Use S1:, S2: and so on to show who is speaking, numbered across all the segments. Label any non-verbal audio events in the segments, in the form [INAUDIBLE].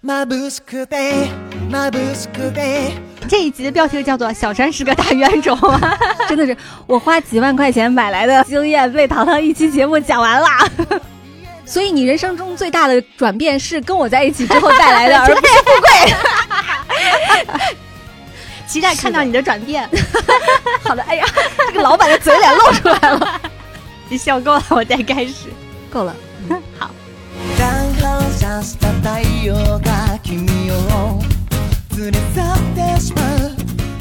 S1: 眩しくて眩しくて
S2: 这一集的标题叫做“小山是个大冤种”，
S3: 啊
S2: [LAUGHS] 真的是我花几万块钱买来的经验被糖糖一期节目讲完了。
S3: [LAUGHS] 所以你人生中最大的转变是跟我在一起之后带
S2: [LAUGHS]
S3: 来的，而不是富贵。
S2: 期待看到你的转变。
S3: [LAUGHS] 好的，哎呀，这个老板的嘴脸露出
S2: [LAUGHS]
S3: 来了，
S2: 你笑够了，我再开始。
S3: 够了。
S2: 好，
S1: 乱反射した太陽が君を連れ去ってしまう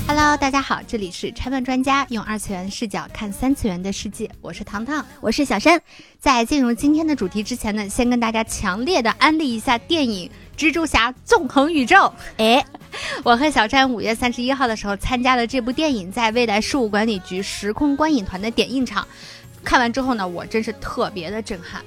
S2: Hello，大家好，这里是拆漫专家，用二次元视角看三次元的世界，我是糖糖，
S3: 我是小山，
S2: 在进入今天的主题之前呢，先跟大家强烈的安利一下电影《蜘蛛侠：纵横宇宙》。哎， [LAUGHS] 我和小詹五月三十一号的时候参加了这部电影在未来事务管理局时空观影团的点映场，看完之后呢，我真是特别的震撼，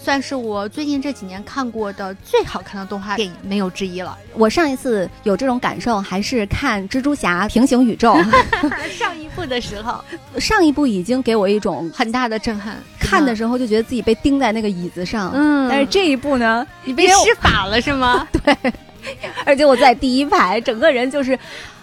S2: 算是我最近这几年看过的最好看的动画电影，没有之一了。
S3: 我上一次有这种感受还是看《蜘蛛侠：平行宇宙》，
S2: [LAUGHS]
S3: [LAUGHS]
S2: 上一部的时候，
S3: 上一部已经给我一种
S2: 很大的震撼，
S3: 看的
S2: 是
S3: 时候就觉得自己被钉在那个椅子上，
S2: 嗯
S3: 但是这一部呢，
S2: 你被
S3: 因为我
S2: 施法了是
S3: [LAUGHS]
S2: 吗？
S3: 而且我在第一排，整个人就是，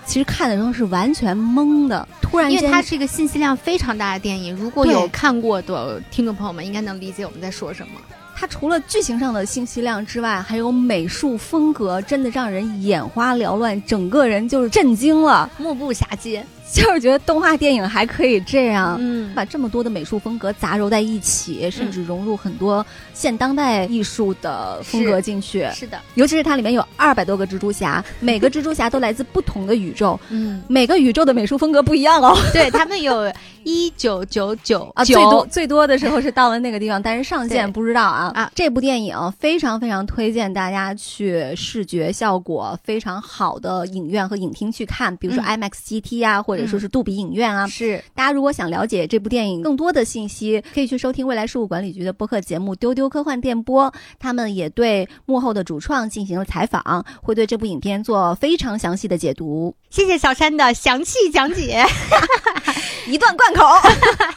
S3: 其实看的时候是完全懵的，突然
S2: 因为
S3: 间
S2: 它是一个信息量非常大的电影，如果有
S3: 对
S2: 看过的听众朋友们，应该能理解我们在说什么。
S3: 它除了剧情上的信息量之外，还有美术风格，真的让人眼花缭乱，整个人就是震惊了， [LAUGHS]
S2: 目不暇接，
S3: 就是觉得动画电影还可以这样。
S2: 嗯，
S3: 把这么多的美术风格杂糅在一起，甚至融入很多现当代艺术的风格进去，
S2: 是的，
S3: 尤其是它里面有二百多个蜘蛛侠，每个蜘蛛侠都来自不同的宇宙，
S2: 嗯，
S3: 每个宇宙的美术风格不一样哦。
S2: 对他们有一九九九
S3: [LAUGHS] 啊，最
S2: 九，
S3: 多最多的时候是到了那个地方，但是上线
S2: 对
S3: 不知道啊。
S2: 啊
S3: 这部电影非常非常推荐大家去视觉效果非常好的影院和影厅去看，比如说
S2: 嗯
S3: IMAX GT 啊，或者说是杜比影院啊。
S2: 是
S3: 大家如果想了解这部电影更多的信息，可以去收听未来事务管理局的播客节目《丢丢科幻电波》，他们也对幕后的主创进行了采访，会对这部影片做非常详细的解读。
S2: 谢谢小山的详细讲
S3: [LAUGHS]
S2: 解。 [LAUGHS]
S3: 一段贯 [LAUGHS] 口。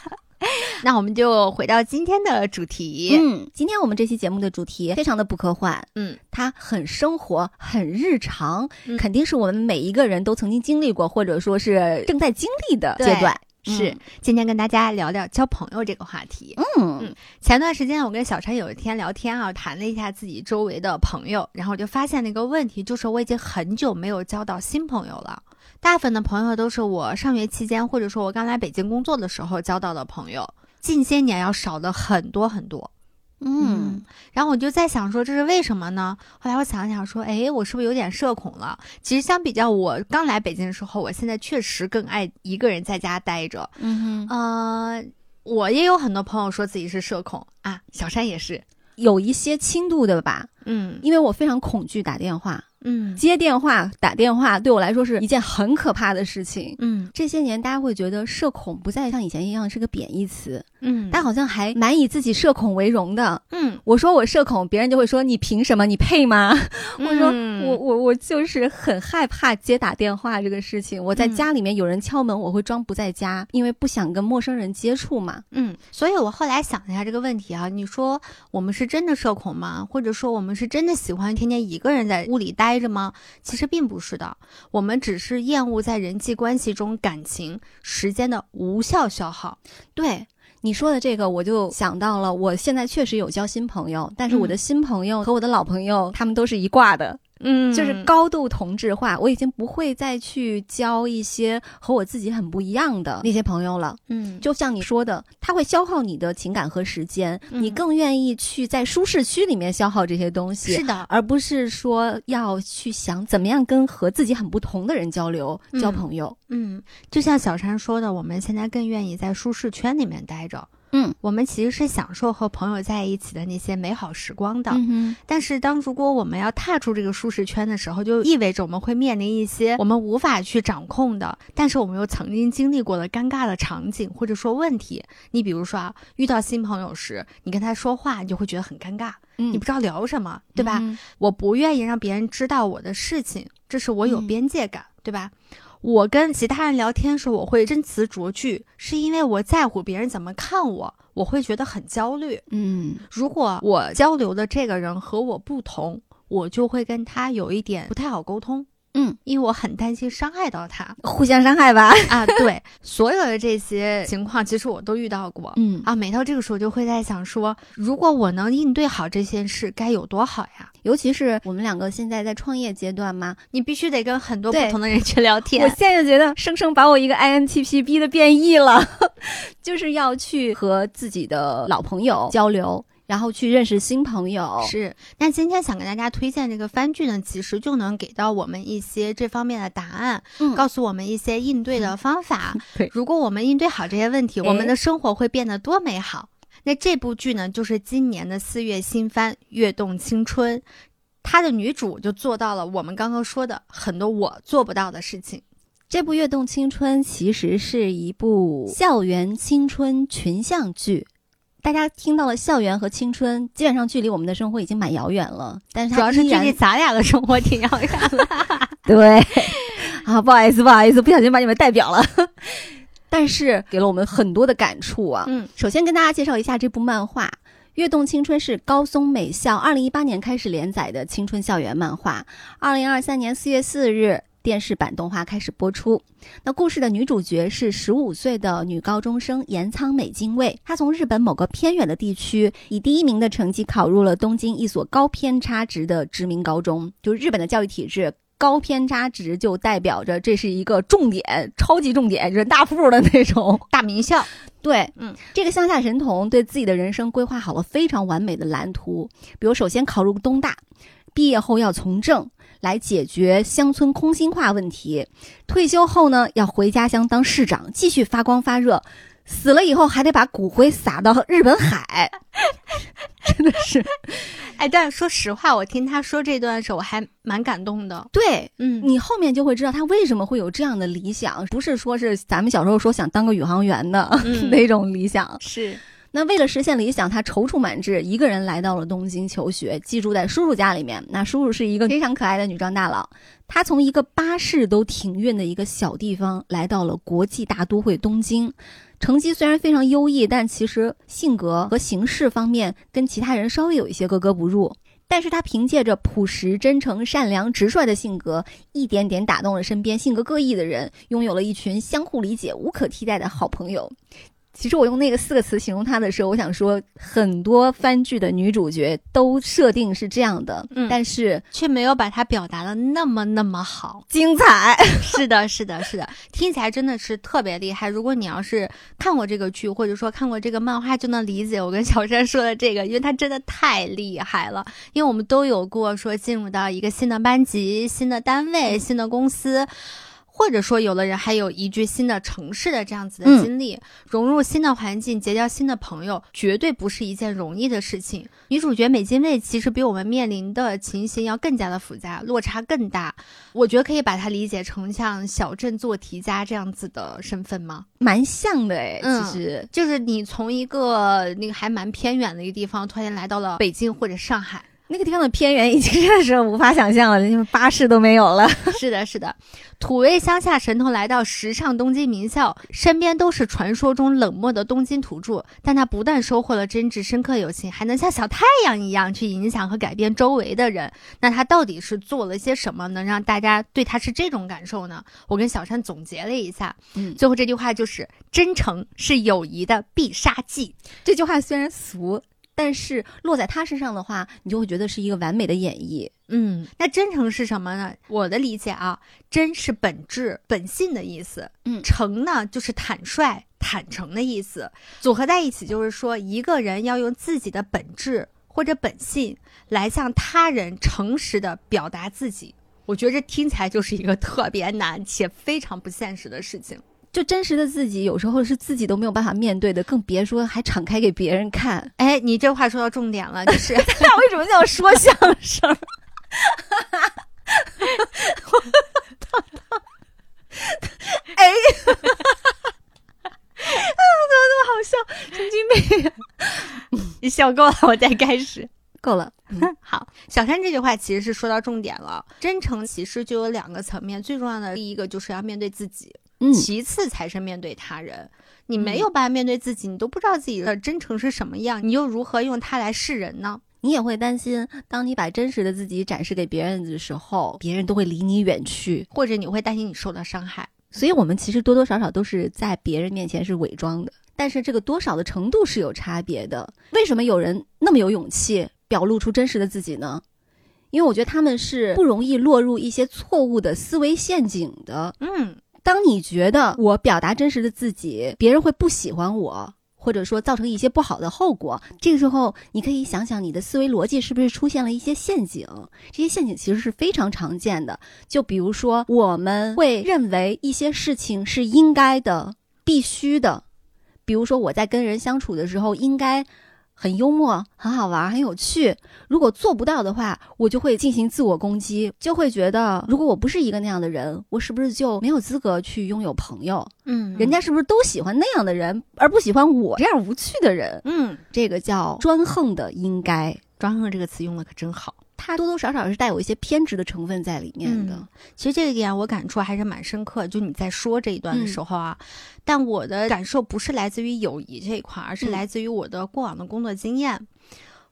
S2: 那我们就回到今天的主题，
S3: 嗯，今天我们这期节目的主题非常的不科幻，
S2: 嗯，
S3: 它很生活，很日常，
S2: 嗯
S3: 肯定是我们每一个人都曾经经历过，或者说是正在经历的阶
S2: 对
S3: 段。
S2: 是今天跟大家聊聊交朋友这个话题。
S3: 嗯
S2: 嗯前段时间我跟小陈有一天聊天啊，谈了一下自己周围的朋友，然后我就发现了一个问题，就是我已经很久没有交到新朋友了。大部分的朋友都是我上学期间，或者说我刚来北京工作的时候交到的朋友，近些年要少了很多很多。
S3: 嗯，
S2: 然后我就在想说这是为什么呢？后来我想了想说，哎，我是不是有点社恐了？其实相比较我刚来北京的时候，我现在确实更爱一个人在家待着。
S3: 嗯哼，
S2: 呃，我也有很多朋友说自己是社恐啊，小山也是。
S3: 有一些轻度的吧，
S2: 嗯
S3: 因为我非常恐惧打电话，
S2: 嗯
S3: 接电话、打电话对我来说是一件很可怕的事情。
S2: 嗯
S3: 这些年，大家会觉得社恐不再像以前一样是个贬义词，
S2: 嗯，
S3: 但好像还蛮以自己社恐为荣的。
S2: 嗯，
S3: 我说我社恐，别人就会说你凭什么？你配吗？我说 [LAUGHS]
S2: 我
S3: 我我我就是很害怕接打电话这个事情。我在
S2: 嗯
S3: 家里面有人敲门，我会装不在家，因为不想跟陌生人接触嘛。
S2: 嗯，所以我后来想了一下这个问题啊，你说我们是真的社恐吗？或者说我们是真的喜欢天天一个人在屋里待着吗？其实并不是的，我们只是厌恶在人际关系中感情时间的无效消耗。
S3: 对你说的这个，我就想到了，我现在确实有交新朋友，但是我的
S2: 嗯
S3: 新朋友和我的老朋友，他们都是一挂的，
S2: 嗯
S3: 就是高度同质化。我已经不会再去交一些和我自己很不一样的那些朋友了。
S2: 嗯
S3: 就像你说的，它会消耗你的情感和时间，
S2: 嗯
S3: 你更愿意去在舒适区里面消耗这些东西。
S2: 是的，
S3: 而不是说要去想怎么样跟和自己很不同的人交流、
S2: 嗯
S3: 交朋友。
S2: 嗯，就像小山说的，我们现在更愿意在舒适圈里面待着。
S3: 嗯，
S2: 我们其实是享受和朋友在一起的那些美好时光的。
S3: 嗯
S2: 但是，当如果我们要踏出这个舒适圈的时候，就意味着我们会面临一些我们无法去掌控的，但是我们又曾经经历过的尴尬的场景或者说问题。你比如说啊，遇到新朋友时，你跟他说话，你就会觉得很尴尬，
S3: 嗯
S2: 你不知道聊什么，对吧？
S3: 嗯
S2: 我不愿意让别人知道我的事情，这是我有
S3: 嗯
S2: 边界感，对吧？我跟其他人聊天时，我会斟词酌句，是因为我在乎别人怎么看我，我会觉得很焦虑。
S3: 嗯
S2: 如果我交流的这个人和我不同，我就会跟他有一点不太好沟通，
S3: 嗯，
S2: 因为我很担心伤害到他
S3: 互相伤害吧，
S2: 啊。对，所有的这些情况，其实我都遇到过。
S3: 嗯啊，
S2: 啊，每到这个时候就会在想说，如果我能应对好这些事，该有多好呀！
S3: 尤其是我们两个现在在创业阶段嘛，
S2: 你必须得跟很多不
S3: 对
S2: 同的人去聊
S3: 我
S2: 天
S3: 现。在就觉得生生把我一个 INTP 逼的变异了， [LAUGHS] 就是要去和自己的老朋友交流，然后去认识新朋友。
S2: 是，那今天想给大家推荐这个番剧呢，其实就能给到我们一些这方面的答案，
S3: 嗯
S2: 告诉我们一些应对的方法。
S3: 对
S2: 如果我们 [LAUGHS] 应对好这些问题，我们
S3: 哎
S2: 的生活会变得多美好。那这部剧呢，就是今年的四月新番《跃动青春》，它的女主就做到了我们刚刚说的很多我做不到的事情。
S3: 这部《跃动青春》其实是一部校园青春群像剧。大家听到了校园和青春，基本上距离我们的生活已经蛮遥远了，但是
S2: 主
S3: 它
S2: 要是
S3: 依
S2: 距
S3: 然
S2: 离咱俩的生活挺遥远的。
S3: [LAUGHS] 对，啊，不好意思，不好意思，不小心把你们代表了。 [LAUGHS] 但是给了我们很多的感触啊。
S2: 嗯，
S3: 首先跟大家介绍一下这部漫画《跃动青春》是高松美校二零一八年开始连载的青春校园漫画，二零二三年四月四日。电视版动画开始播出。那故事的女主角是十五岁的女高中生岩仓美津卫，她从日本某个偏远的地区以第一名的成绩考入了东京一所高偏差值的知名高中。就日本的教育体制，高偏差值就代表着这是一个重点、超级重点、人大附的那种。
S2: 大名校，
S3: 对，
S2: 嗯，
S3: 这个乡下神童对自己的人生规划好了非常完美的蓝图，比如首先考入东大，毕业后要从政，来解决乡村空心化问题；退休后呢，要回家乡当市长，继续发光发热。死了以后还得把骨灰撒到日本海，真的是
S2: 哎，但说实话，我听他说这段的时候，我还蛮感动的。
S3: 对。
S2: 嗯，
S3: 你后面就会知道他为什么会有这样的理想，不是说是咱们小时候说想当个宇航员的、
S2: 嗯
S3: [LAUGHS] 那种理想，
S2: 是
S3: 那为了实现理想，他踌躇满志，一个人来到了东京求学，寄住在叔叔家里面。那叔叔是一个非常可爱的女装大佬，他从一个巴士都停运的一个小地方来到了国际大都会东京。成绩虽然非常优异，但其实性格和行事方面跟其他人稍微有一些格格不入。但是他凭借着朴实、真诚、善良、直率的性格，一点点打动了身边性格各异的人，拥有了一群相互理解、无可替代的好朋友。其实我用那个四个词形容她的时候，我想说，很多番剧的女主角都设定是这样的，
S2: 嗯
S3: 但是。
S2: 却没有把它表达的那么那么好
S3: 精彩。 [LAUGHS]
S2: 是的，是的，是的，听起来真的是特别厉害。如果你要是看过这个剧，或者说看过这个漫画，就能理解我跟小山说的这个，因为它真的太厉害了。因为我们都有过说进入到一个新的班级、新的单位、新的公司。或者说，有的人还有移居新的城市的这样子的
S3: 嗯
S2: 经历，融入新的环境，结交新的朋友，绝对不是一件容易的事情。女主角美津卫其实比我们面临的情形要更加的复杂，落差更大。我觉得可以把它理解成像小镇做题家这样子的身份吗？
S3: 蛮像的哎，
S2: 嗯
S3: 其实、
S2: 就是你从一个那个还蛮偏远的一个地方，突然来到了北京或者上海。 [LAUGHS]
S3: 那个地方的偏远已经真的是无法想象了，连巴士都没有了。
S2: 是的，是的，土味乡下神童来到时尚东京名校，身边都是传说中冷漠的东京土著，但他不但收获了真挚深刻友情，还能像小太阳一样去影响和改变周围的人。那他到底是做了些什么，能让大家对他是这种感受呢？我跟小山总结了一下，
S3: 嗯
S2: 最后这句话就是：真诚是友谊的必杀技。
S3: [LAUGHS] 这句话虽然俗，但是落在她身上的话，你就会觉得是一个完美的演绎。
S2: 嗯，那真诚是什么呢？我的理解啊，真是本质、本性的意思。
S3: 嗯
S2: 诚呢就是坦率、坦诚的意思。组合在一起就是说，一个人要用自己的本质或者本性来向他人诚实的表达自己。我觉得这听起来就是一个特别难且非常不现实的事情。
S3: 就真实的自己，有时候是自己都没有办法面对的，更别说还敞开给别人看。
S2: 哎，你这话说到重点了，就是
S3: 那为什么叫说相声？ [LAUGHS] 哎，怎么那么好笑？神经病！
S2: 你笑够了，我再开始。
S3: 够了，
S2: 嗯好，小山这句话其实是说到重点了。真诚其实就有两个层面，最重要的第一个就是要面对自己，
S3: 嗯
S2: 其次才是面对他人。嗯你没有办法面对自己，你都不知道自己的真诚是什么样，你又如何用它来示人呢？
S3: 你也会担心，当你把真实的自己展示给别人的时候，别人都会离你远去。
S2: 或者你会担心你受到伤害。
S3: 所以，我们其实多多少少都是在别人面前是伪装的，但是这个多少的程度是有差别的。为什么有人那么有勇气表露出真实的自己呢？因为我觉得他们是不容易落入一些错误的思维陷阱的。
S2: 嗯，
S3: 当你觉得我表达真实的自己，别人会不喜欢我，或者说造成一些不好的后果，这个时候你可以想想你的思维逻辑是不是出现了一些陷阱？这些陷阱其实是非常常见的，就比如说我们会认为一些事情是应该的、必须的，比如说我在跟人相处的时候应该。很幽默，很好玩，很有趣。如果做不到的话，我就会进行自我攻击，就会觉得如果我不是一个那样的人，我是不是就没有资格去拥有朋友？
S2: 嗯，
S3: 人家是不是都喜欢那样的人，而不喜欢我这样无趣的人？
S2: 嗯，
S3: 这个叫专横的应该，
S2: 专横这个词用的可真好。
S3: 它多多少少是带有一些偏执的成分在里面的。
S2: 嗯其实这一点我感触还是蛮深刻，就你在说这一段的时候啊，但我的感受不是来自于友谊这一块，而是
S3: 嗯
S2: 来自于我的过往的工作经验。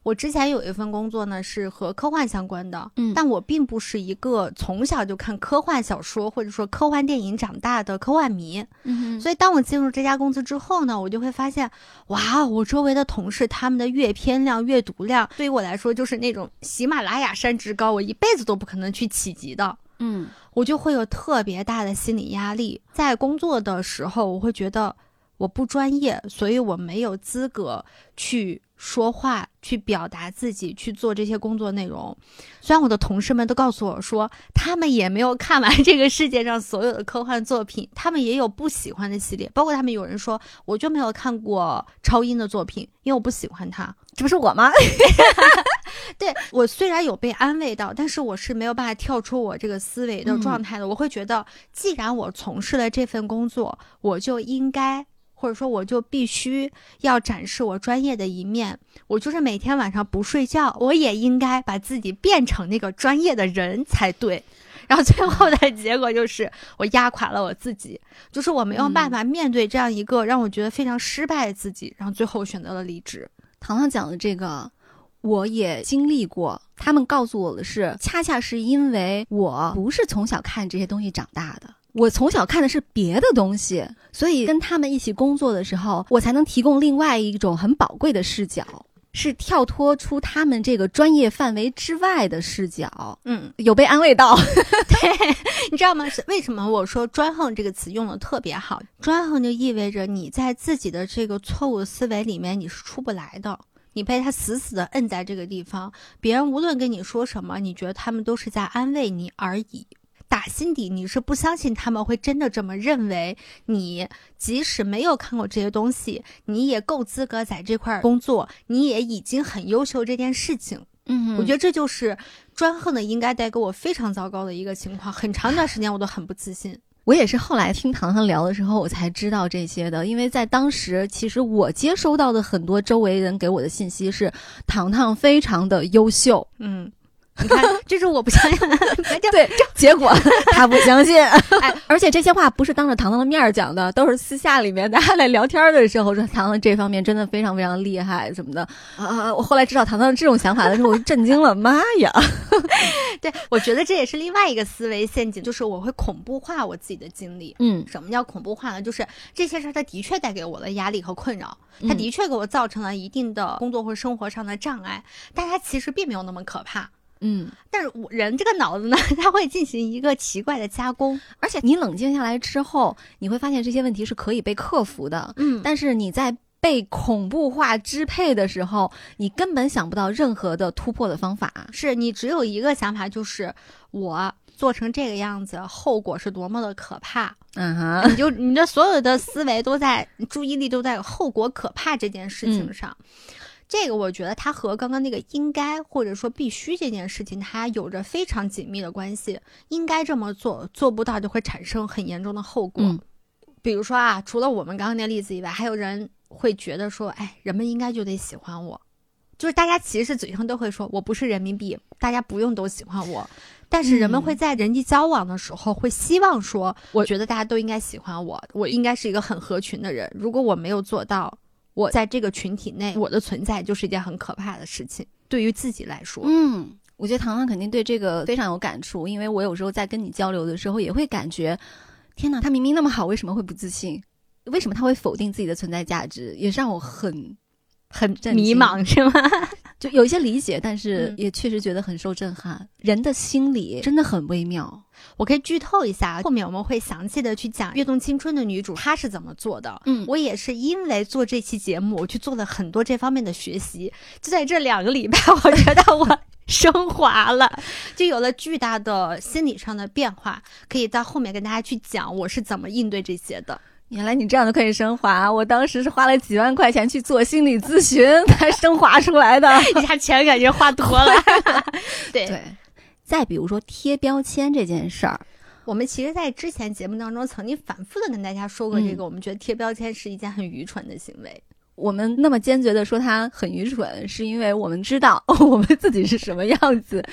S2: 我之前有一份工作呢，是和科幻相关的，
S3: 嗯
S2: 但我并不是一个从小就看科幻小说或者说科幻电影长大的科幻迷，
S3: 嗯
S2: 所以当我进入这家公司之后呢，我就会发现，哇，哦我周围的同事他们的阅片量、阅读量，对于我来说就是那种喜马拉雅山之高，我一辈子都不可能去企及的。
S3: 嗯
S2: 我就会有特别大的心理压力。在工作的时候，我会觉得我不专业，所以我没有资格去说话、去表达自己、去做这些工作内容。虽然我的同事们都告诉我说，他们也没有看完这个世界上所有的科幻作品，他们也有不喜欢的系列，包括他们有人说，我就没有看过超英的作品，因为我不喜欢它。
S3: 这不是我吗？
S2: 对我虽然有被安慰到，但是我是没有办法跳出我这个思维的状态的。我会觉得，既然我从事了这份工作，我就应该。或者说，我就必须要展示我专业的一面。我就是每天晚上不睡觉，我也应该把自己变成那个专业的人才对。然后最后的结果就是，我压垮了我自己，就是我没有办法面对这样一个让我觉得非常失败的自己。然后最后我选择了离职。
S3: 糖糖讲的这个，我也经历过。他们告诉我的是，恰恰是因为我不是从小看这些东西长大的，我从小看的是别的东西，所以跟他们一起工作的时候，我才能提供另外一种很宝贵的视角，是跳脱出他们这个专业范围之外的视角。
S2: 嗯，
S3: 有被安慰到，
S2: 你知道吗？是为什么我说“专横”这个词用的特别好？专横就意味着你在自己的这个错误思维里面你是出不来的，你被他死死的摁在这个地方。别人无论跟你说什么，你觉得他们都是在安慰你而已。打心底你是不相信他们会真的这么认为你，即使没有看过这些东西，你也够资格在这块儿工作，你也已经很优秀这件事情。
S3: 嗯
S2: 我觉
S3: 得
S2: 得这就是专横的应该带给我非常糟糕的一个情况，很长一段时间我都很不自信。
S3: 我也是后来听糖糖聊的时候，我才知道这些的。因为在当时，其实我接收到的很多周围人给我的信息是，糖糖非常的优秀，
S2: 嗯，你看，这是我不相信，
S3: 对，结果 [LAUGHS] 他不相信。哎，而且这些话不是当着糖糖的面儿讲的，都是私下里面大家在聊天儿的时候说糖糖这方面真的非常非常厉害什么的啊！我后来知道糖糖这种想法的时候，我就震惊了，妈呀！
S2: [LAUGHS] 对我觉得这也是另外一个思维陷阱，就是我会恐怖化我自己的经历。
S3: [LAUGHS] 嗯，
S2: 什么叫恐怖化呢？就是这些事儿，它的确带给我的压力和困扰，它
S3: 嗯
S2: 的确给我造成了一定的工作或生活上的障碍，但它其实并没有那么可怕。
S3: 嗯，
S2: 但是我人这个脑子呢， [LAUGHS] 它会进行一个奇怪的加工。
S3: 而且你冷静下来之后，你会发现这些问题是可以被克服的。
S2: 嗯
S3: 但是你在被恐怖化支配的时候，你根本想不到任何的突破的方法。啊
S2: 是你只有一个想法，就是我做成这个样子，后果是多么的可怕。
S3: 嗯哈，
S2: 你就你的所有的思维都在，注意力都在后果可怕这件事情上。这个我觉得它和刚刚那个应该或者说必须这件事情，它有着非常紧密的关系。应该这么做，做不到就会产生很严重的后果。
S3: 嗯
S2: 比如说啊，除了我们刚刚那例子以外，还有人会觉得说，哎，人们应该就得喜欢我，就是大家其实嘴上都会说我不是人民币，大家不用都喜欢我，但是人们
S3: 嗯
S2: 会在人际交往的时候会希望说，我觉得大家都应该喜欢我，我应该是一个很合群的人，如果我没有做到。我在这个群体内，我的存在就是一件很可怕的事情。对于自己来说，
S3: [LAUGHS] 嗯，我觉得糖糖肯定对这个非常有感触，因为我有时候在跟你交流的时候也会感觉，天哪，他明明那么好，为什么会不自信？为什么他会否定自己的存在价值？也是让我很
S2: 很
S3: 震
S2: 迷
S3: 惊
S2: 茫是吗？
S3: 就有一些理解，但是
S2: 嗯
S3: 也确实觉得很受震撼。人的心理真的很微妙。
S2: [LAUGHS] 我可以剧透一下，后面我们会详细的去讲《跃动青春》的女主她是怎么做的。
S3: 嗯
S2: 我也是因为做这期节目，我去做了很多这方面的学习。就在这两个礼拜，我觉得我升华 [LAUGHS] 了，就有了巨大的心理上的变化。可以到后面跟大家去讲我是怎么应对这些的。
S3: 原来你这样都可以升华，我当时是花了几万块钱去做心理咨询才升华出来的。
S2: 一下钱感觉花多 [LAUGHS] 了。对，
S3: [LAUGHS] 对，再比如说贴标签这件事儿，
S2: 我们其实，在之前节目当中曾经反复的跟大家说过这个，
S3: 嗯
S2: 我们觉得贴标签是一件很愚蠢的行为。
S3: 我们那么坚决的说它很愚蠢，是因为我们知道哦我们自己是什么样 [LAUGHS] 子。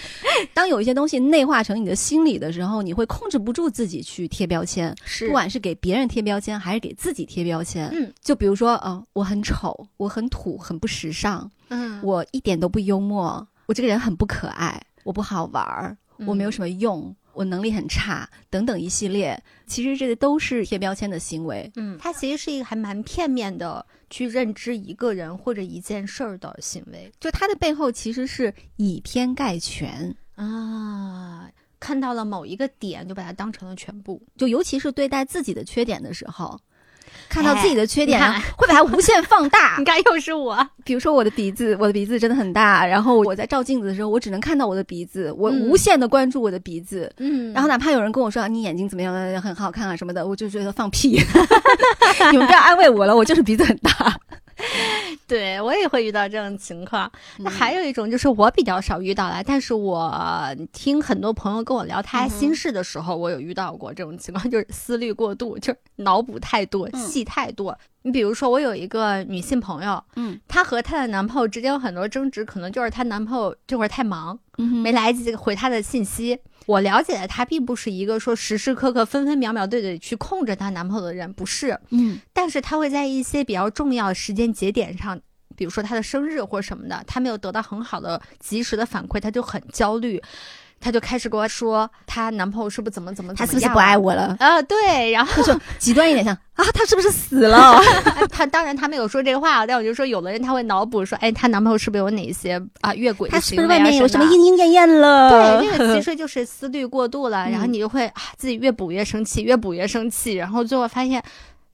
S3: 当有一些东西内化成你的心理的时候，你会控制不住自己去贴标签，
S2: 是
S3: 不管是给别人贴标签还是给自己贴标签。
S2: 嗯，
S3: 就比如说，呃，我很丑，我很土，很不时尚，
S2: 嗯，
S3: 我一点都不幽默，我这个人很不可爱，我不好玩儿，我没有
S2: 嗯
S3: 什么用，我能力很差，等等一系列，其实这些都是贴标签的行为。
S2: 嗯，它其实是一个还蛮片面的去认知一个人或者一件事儿的行为
S3: 就它的背后其实是以偏概全，
S2: 啊。看到了某一个点，就把它当成了全部。
S3: 就尤其是对待自己的缺点的时候，看到自己的缺点、
S2: 哎你
S3: 会把它无限放大 [LAUGHS]
S2: 你。看，又是我，
S3: 比如说我的鼻子，我的鼻子真的很大，然后我在照镜子的时候，我只能看到我的鼻子，我
S2: 嗯
S3: 无限的关注我的鼻子。
S2: 嗯
S3: 然后哪怕有人跟我说、啊你眼睛怎么样， [LAUGHS] 很好看啊什么的，我就觉得放屁， [LAUGHS] 你们不要安慰我了，我就是鼻子很大。
S2: [LAUGHS] 对我也会遇到这种情况。那
S3: 嗯
S2: 还有一种就是我比较少遇到啦，但是我听很多朋友跟我聊
S3: 嗯
S2: 他心事的时候，我有遇到过这种情况，就是思虑过度，就是脑补太多，
S3: 嗯
S2: 戏太多。你比如说，我有一个女性朋友，
S3: 嗯，
S2: 她和她的男朋友之间有很多争执，可能就是她男朋友这会儿太忙，
S3: 没
S2: 没来得及回她的信息。我了解的她并不是一个说时时刻刻、分分秒秒对对去控制她男朋友的人，不是。
S3: 嗯
S2: 但是他会在一些比较重要的时间节点上，比如说他的生日或者什么的，他没有得到很好的及时的反馈，他就很焦虑，他就开始跟我说她男朋友是不是怎么怎么
S3: 他
S2: 怎
S3: 是
S2: 么样
S3: 不是不爱我了？
S2: 啊、对，然后
S3: 极端一点像啊，他是不是死了？
S2: [LAUGHS] 他当然他没有说这个话，但我就说有的人他会脑补说，哎，她男朋友是不是有哪些啊越轨
S3: 他
S2: 的
S3: 是
S2: 行
S3: 不
S2: 为、
S3: 是
S2: 啊？
S3: 外面有什么
S2: 的
S3: 莺莺燕燕了？
S2: 对，那个其实就是思虑过度了，然后
S3: 嗯
S2: 你就会啊自己越补越生气，越补越生气，然后最后发现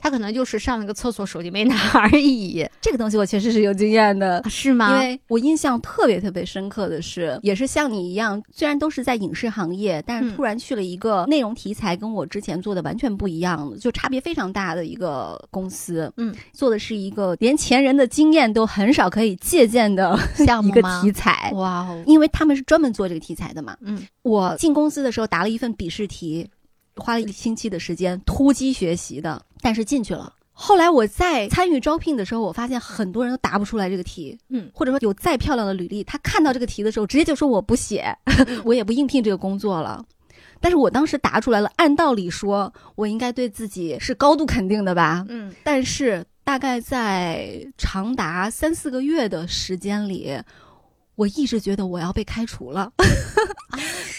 S2: 他可能就是上了个厕所，手机没拿而已，
S3: [LAUGHS] 这个东西我确实 [LAUGHS] 是有经验的。
S2: 啊是吗？
S3: 因为我印象特别特别深刻的是，也是像你一样，虽然都是在影视行业，但是
S2: 嗯
S3: 突然去了一个内容题材跟我之前做的完全不一样，就差别非常大的一个公司。
S2: 嗯，
S3: 做的是一个连前人的经验都很少可以借鉴的
S2: [LAUGHS] 项
S3: 一
S2: 目
S3: 个
S2: 吗
S3: 题材，
S2: 哇 [LAUGHS] 哦，
S3: 因为他们是专门做这个题材的嘛。
S2: 嗯，
S3: 我进公司的时候答了一份笔试题，花了一个星期的时间突击学习的，但是进去了。后来我在参与招聘的时候，我发现很多人都答不出来这个题，
S2: 嗯，
S3: 或者说有再漂亮的履历，他看到这个题的时候，直接就说我不写， [LAUGHS] 我也不应聘这个工作了。但是我当时答出来了，按道理说，我应该对自己是高度肯定的吧。
S2: 嗯
S3: 但是大概在长达三四个月的时间里，我一直觉得我要被开除 [LAUGHS] 了。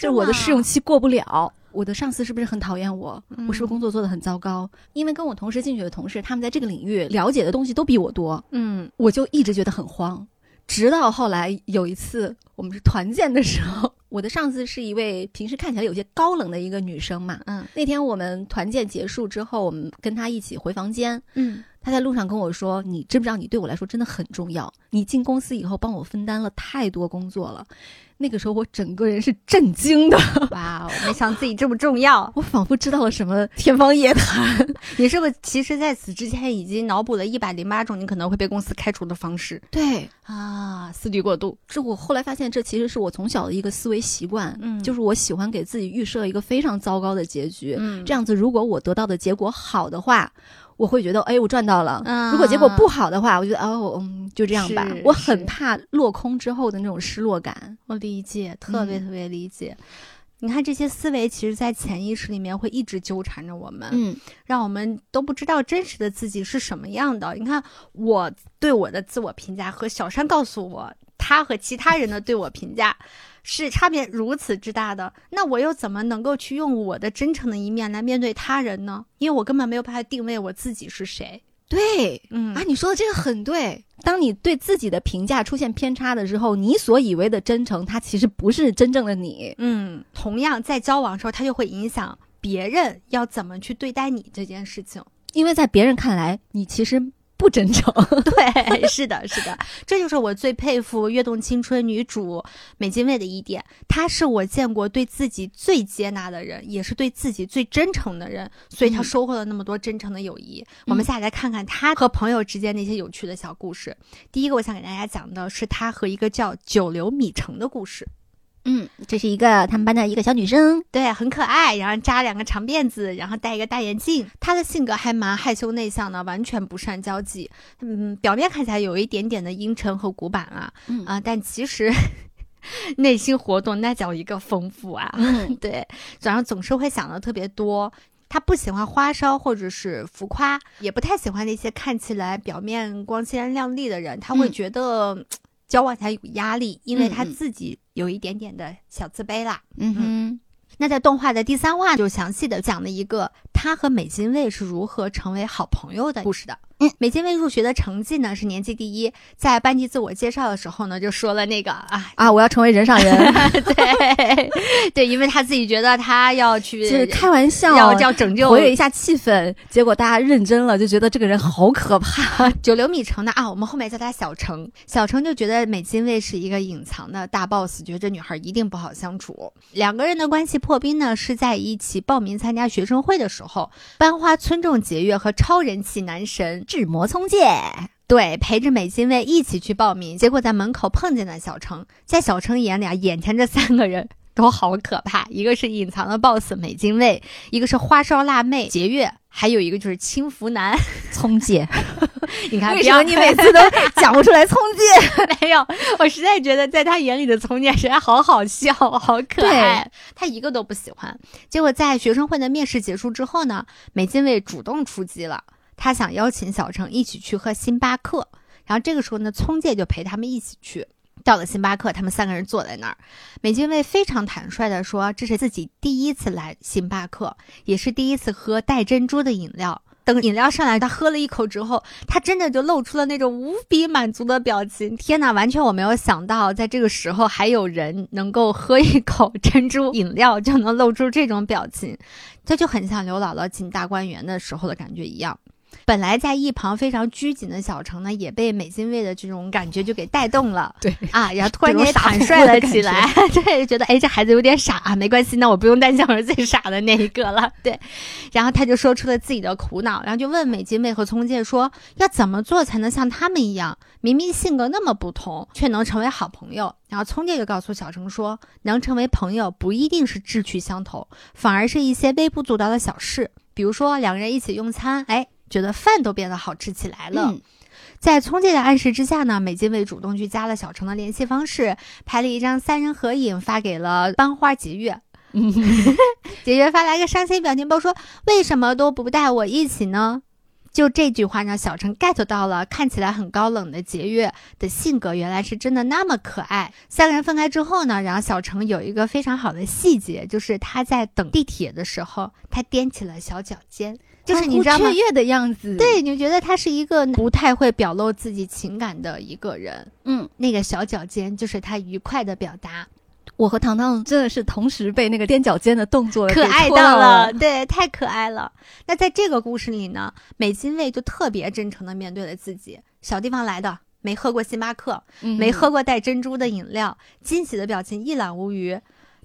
S3: 就是我的试用期过不了。我的上司是不是很讨厌我？
S2: 嗯
S3: 我是不是工作做得很糟糕？因为跟我同时进去的同事，他们在这个领域了解的东西都比我多，
S2: 嗯
S3: 我就一直觉得很慌。直到后来有一次我们是团建的时候， [LAUGHS] 我的上司是一位平时看起来有些高冷的一个女生嘛。
S2: 嗯
S3: 那天我们团建结束之后，我们跟她一起回房间，
S2: 嗯，
S3: 她在路上跟我说：“你知不知道你对我来说真的很重要？你进公司以后帮我分担了太多工作了。”那个时候我整个人是震惊的。
S2: 哇哦，没想到自己这么重要。
S3: 我仿佛知道了什么天方夜谭。 [LAUGHS]
S2: 你是不是其实在此之前已经脑补了一百零八种你可能会被公司开除的方式
S3: 对，
S2: 啊？思虑过度，
S3: 这我后来发现，这其实是我从小的一个思维习惯，
S2: 嗯
S3: 就是我喜欢给自己预设一个非常糟糕的结局。
S2: 嗯
S3: 这样子，如果我得到的结果好的话，我会觉得哎，我赚到了；
S2: 嗯
S3: 如果结果不好的话，我觉得哦，嗯，就这样吧
S2: 是。
S3: 我很
S2: 是
S3: 怕落空之后的那种失落感。
S2: 我理解，特别
S3: 嗯
S2: 特别理解。你看这些思维，其实，在潜意识里面会一直纠缠着我们，
S3: 嗯
S2: 让我们都不知道真实的自己是什么样的。你看，我对我的自我评价和小山告诉我他和其他人的对我评价是差别如此之大的，那我又怎么能够去用我的真诚的一面来面对他人呢？因为我根本没有办法定位我自己是谁。
S3: 对，
S2: 嗯
S3: 啊，你说的这个很对。当你对自己的评价出现偏差的时候，你所以为的真诚，它其实不是真正的你。
S2: 嗯，同样在交往的时候，它就会影响别人要怎么去对待你这件事情。
S3: 因为在别人看来，你其实不真诚。
S2: 对，是的，是的，这就是我最佩服《跃动青春》女主美津卫的一点，她是我见过对自己最接纳的人，也是对自己最真诚的人，所以她
S3: 嗯
S2: 收获了那么多真诚的友谊。我们
S3: 嗯
S2: 下来看看她和朋友之间那些有趣的小故事。第一个，我想给大家讲的是她和一个叫九流米城的故事。
S3: [LAUGHS] 嗯，这是一个他们班的一个小女生，
S2: 对，很可爱，然后扎两个长辫子，然后戴一个大眼镜。她的性格还蛮害羞内向的，完全不善交际。嗯，表面看起来有一点点的阴沉和古板啊，
S3: 嗯
S2: 啊，但其实 [LAUGHS] 内心活动那叫一个丰富啊。[LAUGHS]
S3: 嗯，
S2: 对，然后总是会想的特别多。她不喜欢花哨或者是浮夸，也不太喜欢那些看起来表面光鲜亮丽的人，她会
S3: 嗯
S2: 觉得嗯交往起来有压力，因为她
S3: 嗯嗯
S2: 自己有一点点的小自卑啦。
S3: 嗯哼，
S2: 那在动画的第三话就详细的讲了一个他和美津卫是如何成为好朋友的故事的。
S3: 嗯，
S2: 美津卫入学的成绩呢是年级第一，在班级自我介绍的时候呢就说了那个啊，
S3: 啊，我要成为人上 [LAUGHS] 人，
S2: 对对，因为他自己觉得他要去
S3: 就是开玩笑，
S2: 要要拯救
S3: 活跃一下气氛。结果大家认真了，就觉得这个人好可怕。
S2: 九流米城呢啊，我们后面叫他小城。小城就觉得美津卫是一个隐藏的大 boss，觉得这女孩一定不好相处。两个人的关系破冰呢，是在一起报名参加学生会的时候，班花村重节月和超人气男神
S3: 智魔聪介，
S2: 对陪着美津卫一起去报名，结果在门口碰见了小城。在小城眼里啊，眼前这三个人。都好可怕，一个是隐藏的 boss 美津卫，一个是花哨辣妹节月，还有一个就是轻浮男。 [LAUGHS]
S3: 聪 [LAUGHS] 介，
S2: 你看，
S3: 为
S2: 不
S3: 什
S2: 要
S3: [LAUGHS] 么你每次都讲不出来聪介？
S2: 没有，我实在觉得在他眼里的从前实在好好笑，好可爱，他一个都不喜欢。结果在学生会的面试结束之后呢，美津卫主动出击了，他想邀请小城一起去喝星巴克。然后这个时候呢，聪介就陪他们一起去。到了星巴克，他们三个人坐在那儿，美津卫非常坦率地说，这是自己第一次来星巴克，也是第一次喝带珍珠的饮料。等饮料上来，他喝了一口之后，他真的就露出了那种无比满足的表情。天哪，完全我没有想到，在这个时候还有人能够喝一口 [LAUGHS] 珍珠饮料就能露出这种表情，这就很像刘姥姥进大观园的时候的感觉一样。本来在一旁非常拘谨的小程呢，也被美津卫的这种感觉就给带动了。
S3: 对
S2: 啊，
S3: [LAUGHS]
S2: 然后突然
S3: 这
S2: 间
S3: 种傻
S2: 坦率
S3: 乎乎的
S2: 了
S3: 感
S2: 起
S3: 觉
S2: 来， [LAUGHS] 对，觉得哎，这孩子有点傻啊，没关系，那我不用担心我是最傻的那一个了。对，然后他就说出了自己的苦恼，然后就问美津卫和聪介说，要怎么做才能像他们一样，明明性格那么不同，却能成为好朋友？然后聪介就告诉小程说，能成为朋友不一定是志趣相投，反而是一些微不足道的小事，比如说两个人一起用餐，哎，觉得饭都变得好吃起来了。
S3: 嗯，
S2: 在聪介的暗示之下呢，美津卫主动去加了小程的联系方式，拍了一张三人合影发给了班花节月。节月发来个伤心表情包，说：“为什么都不带我一起呢？”就这句话让小程 get 到了，看起来很高冷的节月的性格原来是真的那么可爱。三个人分开之后呢，然后小程有一个非常好的细节，就是他在等地铁的时候，他踮起了小脚尖，就是你知道吗
S3: 欢呼？雀跃的样子，
S2: 对，你觉得他是一个不太会表露自己情感的一个人，
S3: 嗯，
S2: 那个小脚尖就是他愉快的表达，
S3: 我和糖糖真的是同时被那个踮脚尖的动作
S2: 可
S3: 给
S2: 爱
S3: 戳
S2: 到
S3: 了
S2: 了，。对，太可爱了。那在这个故事里呢，美津卫就特别真诚的面对了自己，小地方来的，没喝过星巴克，
S3: 嗯
S2: 没喝过带珍珠的饮料，惊喜的表情一览无余。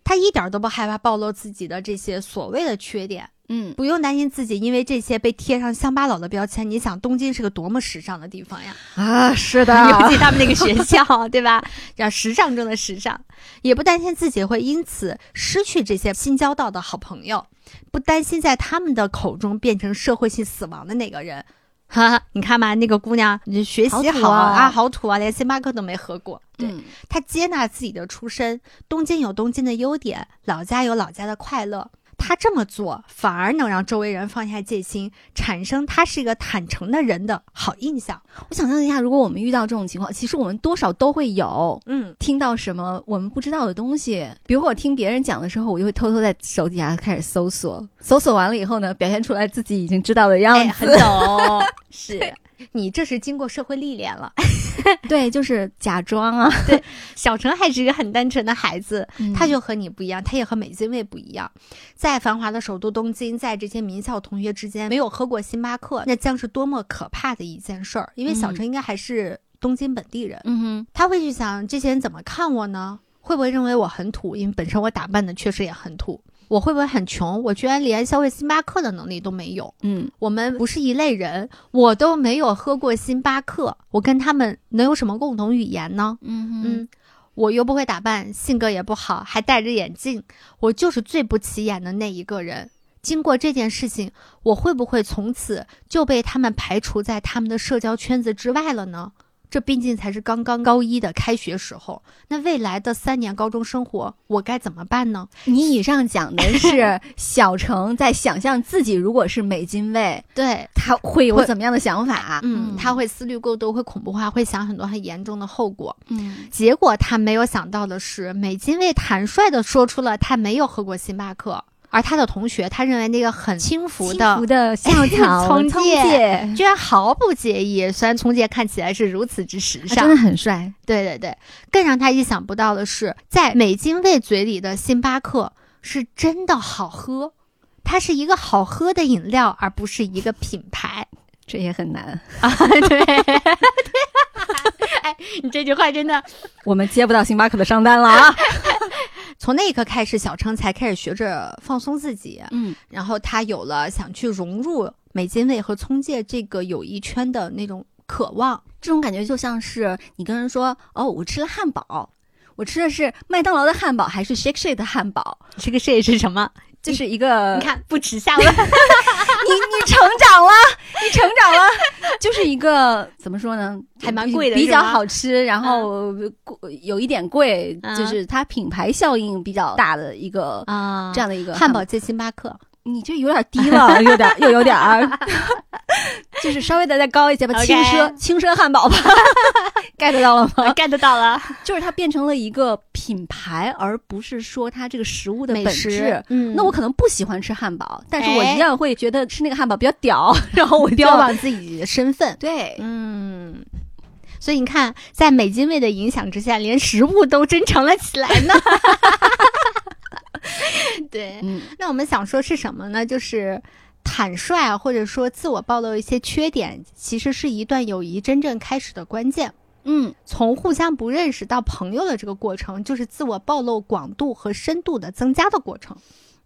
S2: 他一点儿都不害怕暴露自己的这些所谓的缺点，
S3: 嗯，
S2: 不用担心自己因为这些被贴上乡巴佬的标签。你想，东京是个多么时尚的地方呀！
S3: 啊，是的，
S2: 尤其他们那个学 [LAUGHS] 校，对吧？然后时尚中的时尚，也不担心自己会因此失去这些新交到的好朋友，不担心在他们的口中变成社会性死亡的那个人。哈哈，你看嘛，那个姑娘你学习
S3: 好
S2: 好
S3: 土啊
S2: 啊，好土啊，连星巴克都没喝过。对，
S3: 嗯
S2: 她接纳自己的出身，东京有东京的优点，老家有老家的快乐。他这么做反而能让周围人放下戒心，产生他是一个坦诚的人的好印象。
S3: 我想象一下，如果我们遇到这种情况，其实我们多少都会有。
S2: 嗯，
S3: 听到什么我们不知道的东西，比如我听别人讲的时候，我就会偷偷在手底下开始搜索，搜索完了以后呢，表现出来自己已经知道的样
S2: 哎，
S3: 子。
S2: 很懂，是
S3: [LAUGHS]
S2: 你这是经过社会历练了。
S3: 对，就是假装
S2: [LAUGHS]
S3: 啊，嗯
S2: 小程还是一个很单纯的孩子，他
S3: 他就
S2: 就和你不一样，他也和美津卫不一样。在繁华的首都东京，在这些名校同学之间没有喝过星巴克，那将是多么可怕的一件事儿。因为小程应该还是东京本地人，
S3: 嗯哼，
S2: 他会去想这些人怎么看我呢？会不会认为我很土？因为本身我打扮的确实也很土。我会不会很穷？我居然连消费星巴克的能力都没有。
S3: 嗯，
S2: 我们不是一类人，我都没有喝过星巴克，我跟他们能有什么共同语言呢？
S3: 嗯哼
S2: 嗯，我又不会打扮，性格也不好，还戴着眼镜，我就是最不起眼的那一个人。经过这件事情，我会不会从此就被他们排除在他们的社交圈子之外了呢？这毕竟才是刚刚高一的开学时候，那未来的三年高中生活，我该怎么办呢？
S3: 你以上讲的 [LAUGHS] 是小程在想象自己如果是美金卫，
S2: 对，
S3: 他会有
S2: 会
S3: 怎么样的想法？啊
S2: 嗯，他会思虑过多，会恐怖化，会想很多很严重的后果。
S3: 嗯
S2: 结果他没有想到的是，美津卫坦率地说出了他没有喝过星巴克，而他的同学，他认为那个很轻浮的，
S3: 的校 [LAUGHS] 草
S2: 从
S3: 从
S2: 戒
S3: 戒，
S2: 居然毫不介意。虽然从姐看起来是如此之时
S3: 啊他真
S2: 尚，
S3: 的很帅。
S2: 对对对。更让他意想不到的是，在美津卫嘴里的星巴克是真的好喝，它是一个好喝的饮料，而不是一个品牌。
S3: 这也很难，
S2: 对，对。哎，你这句话真的
S3: 我们接不到星巴克的商单了啊！
S2: 从那一刻开始，小程才开始学着放松自己，
S3: 嗯，
S2: 然后他有了想去融入美津卫和聪介这个友谊圈的那种渴望。
S3: [LAUGHS] 这种感觉就像是你跟人说：“哦，我吃了汉堡，我吃的是麦当劳的汉堡还是 Shake Shake 的汉堡
S2: 这个事是什么？？”
S3: 这是一个
S2: 你看不耻下问，
S3: 你你成长了，你成长了，就是一个怎么说呢，
S2: 还蛮贵的
S3: 比
S2: 是
S3: 较
S2: 吗
S3: 好吃，然后贵有一点贵，
S2: 嗯
S3: 就是它品牌效应比较大的一个
S2: [LAUGHS] 啊
S3: 这样的一个
S2: 汉堡，界星巴克，
S3: 你这有点低
S2: [LAUGHS]
S3: 了，有点又有点儿，就是稍微的再高一些吧，
S2: OK
S3: 轻奢轻奢汉堡吧 [LAUGHS] ，get 到了吗？
S2: get 啊到了
S3: 就是它变成了一个品牌，而不是说它这个食物的
S2: 美
S3: 本质
S2: 食。。嗯，
S3: 那我可能不喜欢吃汉堡，但是我
S2: 哎
S3: 一样会觉得吃那个汉堡比较屌， [LAUGHS] 然后我就
S2: 标榜自己的身份。
S3: 对，
S2: 嗯，所以你看，在美津卫的影响之下，连食物都真诚了起来呢。 [LAUGHS] 对，
S3: 嗯
S2: 那我们想说是什么呢？就是坦率啊或者说自我暴露一些缺点，其实是一段友谊真正开始的关键。
S3: 嗯，
S2: 从互相不认识到朋友的这个过程，就是自我暴露广度和深度的增加的过程。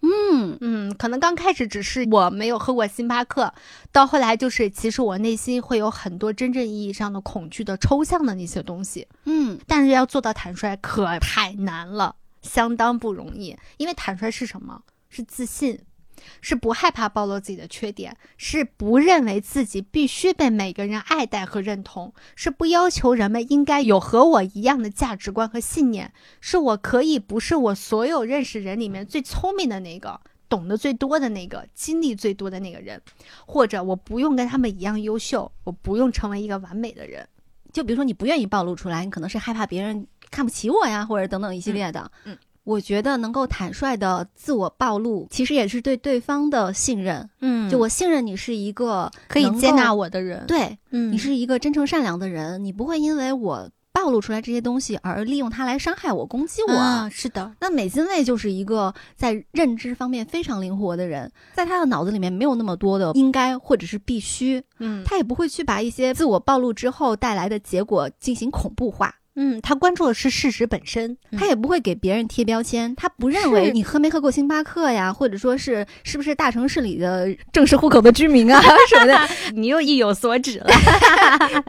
S3: 嗯
S2: 嗯，可能刚开始只是我没有喝过星巴克，到后来就是其实我内心会有很多真正意义上的恐惧的抽象的那些东西，
S3: 嗯
S2: 但是要做到坦率可太难了，相当不容易。因为坦率是什么？是自信，是不害怕暴露自己的缺点，是不认为自己必须被每个人爱戴和认同，是不要求人们应该有和我一样的价值观和信念，是我可以不是我所有认识人里面最聪明的那个。懂得最多的那个，经历最多的那个人，或者我不用跟他们一样优秀，我不用成为一个完美的人。
S3: 就比如说你不愿意暴露出来，你可能是害怕别人看不起我呀，或者等等一系列的。
S2: 嗯嗯
S3: 我觉得能够坦率的自我暴露，其实也是对对方的信任。
S2: 嗯
S3: 就我信任你是一个
S2: 可以
S3: 能
S2: 接
S3: 够
S2: 纳我的人，
S3: 对
S2: 嗯
S3: 你是一个真诚善良的人，你不会因为我暴露出来这些东西而利用它来伤害我、攻击我。
S2: 啊，是的，
S3: 那美津卫就是一个在认知方面非常灵活的人，在他的脑子里面没有那么多的应该或者是必须，
S2: 嗯
S3: 他也不会去把一些自我暴露之后带来的结果进行恐怖化，
S2: 嗯，他关注的是事实本身，
S3: 他也不会给别人贴标签，他不认为
S2: 嗯是
S3: 你喝没喝过星巴克呀，或者说是是不是大城市里
S2: [LAUGHS]
S3: 的正式户口的居民啊什么的。
S2: 你又意有所指了，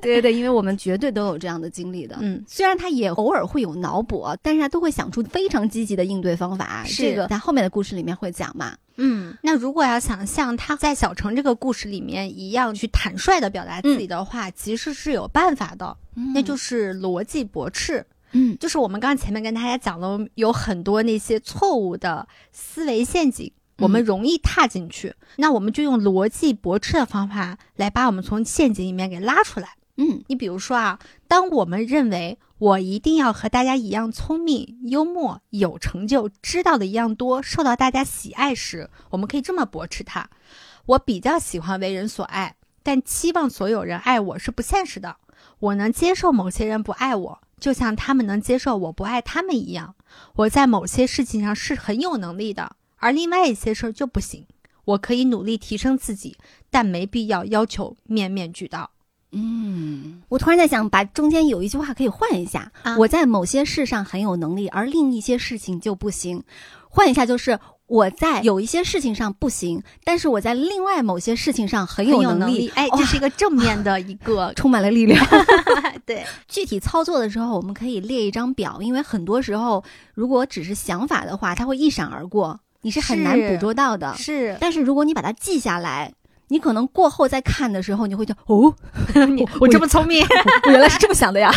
S3: 对对对，因为我们绝对都有这样的经历的。
S2: 嗯
S3: 虽然他也偶尔会有脑补，但是他都会想出非常积极的应对方法。
S2: 是
S3: 这个在后面的故事里面会讲嘛。
S2: 嗯。那如果要想像他在小城这个故事里面一样去坦率的表达自己的话，其实是有办法的，那
S3: 那就
S2: 就是是逻辑驳斥。
S3: 嗯
S2: 就是我们刚刚前面跟大家讲了，有很多那些错误的思维陷阱，我们容易踏进去。那我们就用逻辑驳斥的方法来把我们从陷阱里面给拉出来。
S3: 嗯
S2: 你比如说啊，当我们认为我一定要和大家一样聪明、幽默、有成就、知道的一样多、受到大家喜爱时，我们可以这么驳斥它：我比较喜欢为人所爱，但期望所有人爱我是不现实的。我能接受某些人不爱我，就像他们能接受我不爱他们一样。我在某些事情上是很有能力的，而另外一些事儿就不行。我可以努力提升自己，但没必要要求面面俱到。
S3: 嗯，我突然在想，把中间有一句话可以换一下，
S2: 啊
S3: 我在某些事上很有能力，而另一些事情就不行。换一下就是我在有一些事情上不行，但是我在另外某些事情上很
S2: 很
S3: 有
S2: 有
S3: 能
S2: 能
S3: 力。
S2: [LAUGHS] 力，哎，
S3: 哇
S2: 这是一个正面的一
S3: [LAUGHS]
S2: 个
S3: 充满了力量。
S2: 对，
S3: 具体操作的时候，我们可以列一张表，因为很多时候如果只是想法的话，它会一闪而过，你是很难
S2: 是
S3: 捕捉到的。
S2: 是
S3: 但是如果你把它记下来，你可能过后再看的时候，你会觉得哦，
S2: 你
S3: 我
S2: [LAUGHS] 我这么聪明，
S3: 我原来是这么想的呀。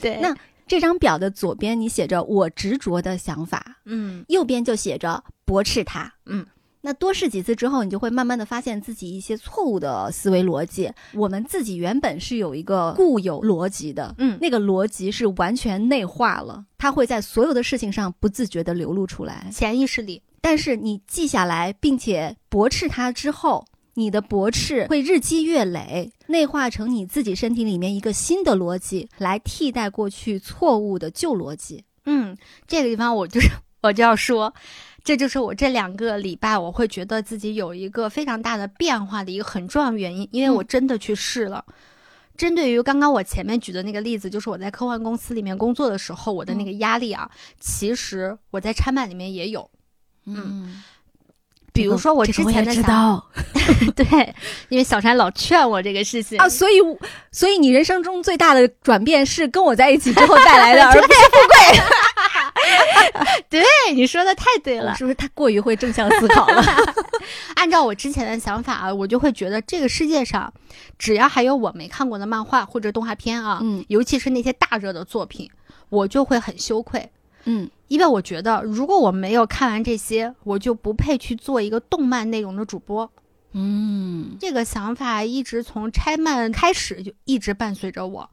S2: 对
S3: 那这张表的左边你写着我执着的想法，
S2: 嗯
S3: 右边就写着驳斥它。
S2: 嗯，
S3: 那多试几次之后，你就会慢慢的发现自己一些错误的思维逻辑。我们自己原本是有一个固有逻辑的，
S2: 嗯，
S3: 那个逻辑是完全内化了，它会在所有的事情上不自觉的流露出来。
S2: 潜意识里
S3: 但是你记下来并且驳斥它之后，你的驳斥会日积月累，内化成你自己身体里面一个新的逻辑，来替代过去错误的旧逻辑。
S2: [LAUGHS] 嗯，这个地方我就是我就要说，这就是我这两个礼拜我会觉得自己有一个非常大的变化的一个很重要的原因，因为我
S3: 嗯
S2: 真的去试了。针对于刚刚我前面举的那个例子，就是我在科幻公司里面工作的时候，我的那
S3: 嗯
S2: 个压力啊，其实我在参办里面也有。
S3: 嗯，
S2: 比如说我之前的
S3: 知
S2: 想法，
S3: 道
S2: 对，因为小山老劝我这个事情
S3: 啊，所以我所以你人生中最大的转变是跟我在一起之后带来的，而不
S2: 对，你说的太对了
S3: 是。是不是他过于会正向思考了？
S2: 按照我之前的想法啊，我就会觉得这个世界上，只要还有我没看过的漫画或者动画片啊，
S3: 嗯
S2: 尤其是那些大热的作品，我就会很羞愧，
S3: 嗯
S2: 因为我觉得如果我没有看完这些，我就不配去做一个动漫内容的主播。
S3: 嗯。
S2: 这个想法一直从拆漫开始就一直伴随着我，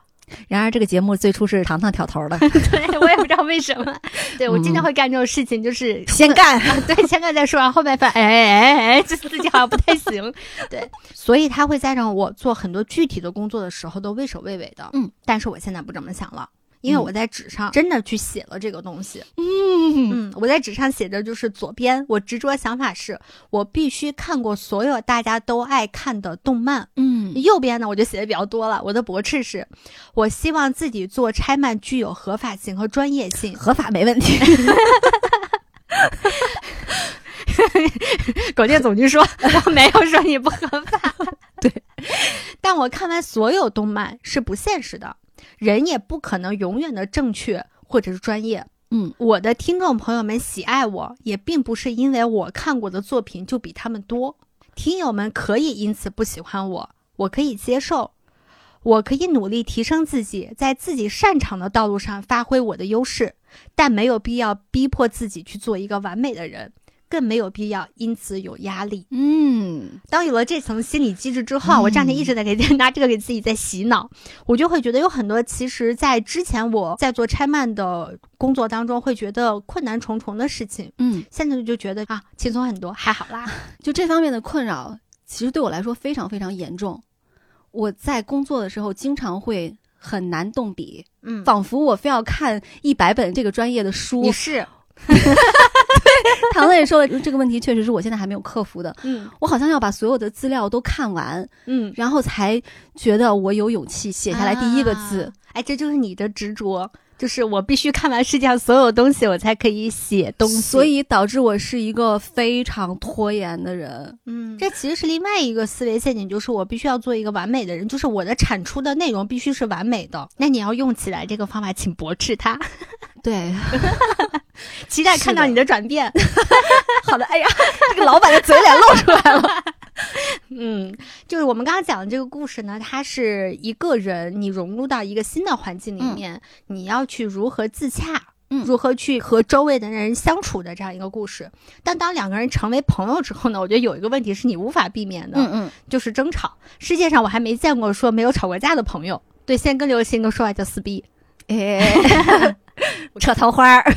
S3: 然而这个节目最初是糖糖挑头
S2: [LAUGHS]
S3: 的，
S2: 对我也不知道为什 [LAUGHS] 么，对我经常
S3: 嗯
S2: 会干这种事情，就是 [LAUGHS]
S3: 先干。
S2: 啊，对，先看再说，然后后面发现，哎哎哎哎，这自己好像不太行，对，所以他会在让我做很多具体的工作的时候都畏首畏尾的，
S3: 嗯，
S2: 但是我现在不这么想了。因为我在纸上真的去写了这个东西，
S3: 嗯
S2: 嗯，我在纸上写着就是左边，我执着想法是我必须看过所有大家都爱看的动漫，
S3: 嗯
S2: 右边呢，我就写的比较多了。我的驳斥是，我希望自己做拆漫具有合法性和专业性。
S3: 合法没问题。
S2: 广电总局说， [LAUGHS] 我没有说你不合法。
S3: 对，
S2: 但我看完所有动漫是不现实的，人也不可能永远的正确或者是专业。
S3: 嗯，
S2: 我的听众朋友们喜爱我，也并不是因为我看过的作品就比他们多。听友们可以因此不喜欢我，我可以接受，我可以努力提升自己，在自己擅长的道路上发挥我的优势，但没有必要逼迫自己去做一个完美的人，更没有必要因此有压力。
S3: 嗯，
S2: 当有了这层心理机制之后，啊我这两天一直在给拿这个给自己在洗脑，我就会觉得有很多，其实，在之前我在做拆漫的工作当中，会觉得困难重重的事情，
S3: 嗯，
S2: 现在就觉得啊，轻松很多，还好啦。
S3: 就这方面的困扰，其实对我来说非常非常严重。我在工作的时候，经常会很难动笔，
S2: [LAUGHS] 嗯，
S3: 仿佛我非要看一百本这个专业的书
S2: 你。是，
S3: 唐磊说的这个问题，确实是我现在还没有克服的。
S2: 嗯
S3: 我好像要把所有的资料都看完，
S2: 嗯，
S3: 然后才觉得我有勇气写下来第一个字。
S2: 啊哎，这就是你的执着，就是我必须看完世界上所有东西，我才可以写东西。
S3: 所，以导致我是一个非常拖延的人。
S2: 嗯，这其实是另外一个思维陷阱，就是我必须要做一个完美的人，就是我的产出的内容必须是完美的。那你要用起来这个方法，请驳斥它，
S3: 对，
S2: 期待
S3: 是
S2: 看到
S3: 的
S2: 你的转 [LAUGHS] 变。
S3: 好的，哎呀，这个老板的嘴脸露出来了。
S2: 嗯，就是我们刚刚讲的这个故事呢，它是一个人你融入到一个新的环境里面，你要去如何自洽。
S3: 嗯
S2: 如何去和周围的人相处的这样一个故事。但当两个人成为朋友之后呢，我觉得有一个问题是你无法避免的，
S3: 嗯嗯，
S2: 就是争吵。世界上我还没见过说没有吵过架的朋友。对，先跟刘鑫一个说法叫撕逼。
S3: 哎，扯桃花儿，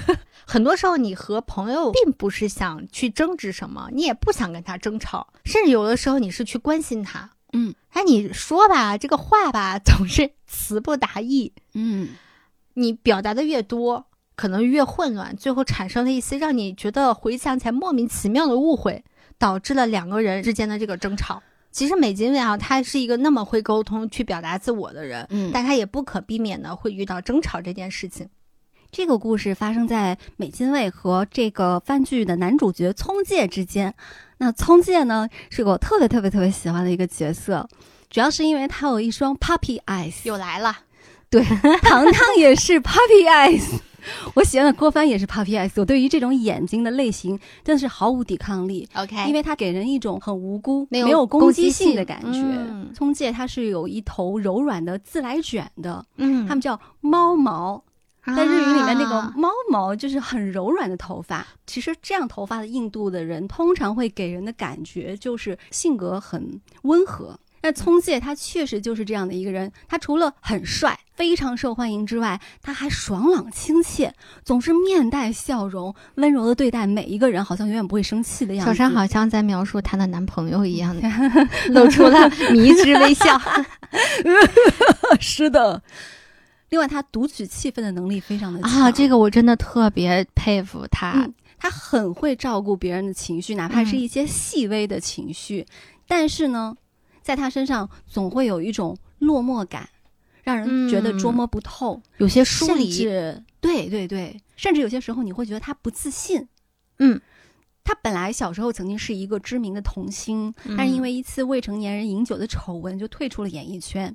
S2: 很多时候，你和朋友并不是想去争执什么，你也不想跟他争吵，甚至有的时候你是去关心他。
S3: 嗯，
S2: 哎，你说吧，这个话吧，总是词不达意，
S3: 嗯，
S2: 你表达的越多，可能越混乱，最后产生了一些让你觉得回想起来莫名其妙的误会，导致了两个人之间的这个争吵。其实美津卫啊，他是一个那么会沟通、去表达自我的人，
S3: 嗯
S2: 但他也不可避免的会遇到争吵这件事情。
S3: 这个故事发生在美津卫和这个番剧的男主角聪介之间。那聪介呢，是我特别特别特别喜欢的一个角色，主要是因为他有一双 puppy eyes。
S2: 又来了，
S3: [LAUGHS] 糖糖也是 puppy eyes，我 [LAUGHS] 喜欢的郭帆也是 puppy eyes。我对于这种眼睛的类型真的是毫无抵抗力。
S2: ，OK，
S3: 因为它给人一种很无辜、
S2: 哎没有
S3: 攻
S2: 攻
S3: 击
S2: 击
S3: 性
S2: 性
S3: 的感觉。
S2: 嗯
S3: 聪介它是有一头柔软的自来卷的，
S2: 嗯
S3: 他们叫猫毛，在日语里面那个
S2: 啊
S3: 猫毛就是很柔软的头发。其实这样头发的硬度的人，通常会给人的感觉就是性格很温和。那聪介他确实就是这样的一个人，他除了很帅、非常受欢迎之外，他还爽朗亲切，总是面带笑容，温柔的对待每一个人，好像永远不会生气的样子。
S2: 小山好像在描述她的男朋友一 [LAUGHS] 样，露出 [LAUGHS] 了迷之微 [LAUGHS] 笑。
S3: [LAUGHS] 是的。另外，他读取气氛的能力非常的强
S2: 啊，这个我真的特别佩服她。
S3: 嗯他很会照顾别人的情
S2: 嗯
S3: 绪，哪怕是一些细微的情绪。但是呢，在他身上总会有一种落寞感，让人觉得捉摸不透，
S2: 有些疏
S3: 甚
S2: 离，
S3: 至对对对，甚至有些时候你会觉得他不自信。
S2: 嗯，
S3: 他本来小时候曾经是一个知名的童星，
S2: 嗯
S3: 但是因为一次未成年人饮酒的丑闻，就退出了演艺圈。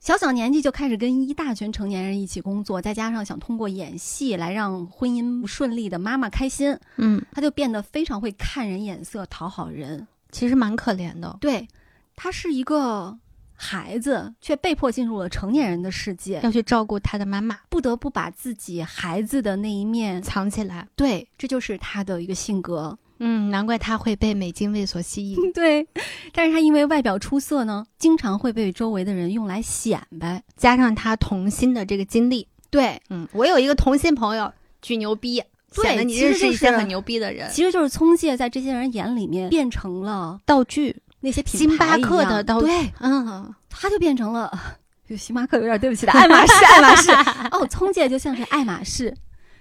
S3: 小小年纪就开始跟一大群成年人一起工作，再加上想通过演戏来让婚姻不顺利的妈妈开心，
S2: 嗯，
S3: 他就变得非常会看人眼色，讨好人。
S2: 其实蛮可怜的。
S3: 对，他是一个孩子，却被迫进入了成年人的世界，
S2: 要去照顾她的妈妈，
S3: 不得不把自己孩子的那一面，
S2: 藏起来。
S3: 对，这就是他的一个性格。 [LAUGHS]
S2: 嗯，难怪她会被美津卫所吸引。 [LAUGHS]
S3: 对，但是他因为外表出色呢，经常会被周围的人用来显摆。
S2: 加上她童心的这个经历，
S3: 对，
S2: 嗯，我有一个童心朋友，巨牛逼，
S3: 对
S2: 显得你
S3: 其实
S2: 认识一些
S3: 就是
S2: 很牛逼的人。
S3: 其实就是聪介在这些人眼里面变成了
S2: 道具，
S3: 那些品
S2: 星
S3: 牌
S2: 巴
S3: 一
S2: 克的
S3: 样
S2: 道具
S3: 对，
S2: 嗯，
S3: 他就变成了， [LAUGHS] 有星巴克有点对不起的爱马仕，爱
S2: [LAUGHS]
S3: 马仕。哦，聪介就像是爱马仕。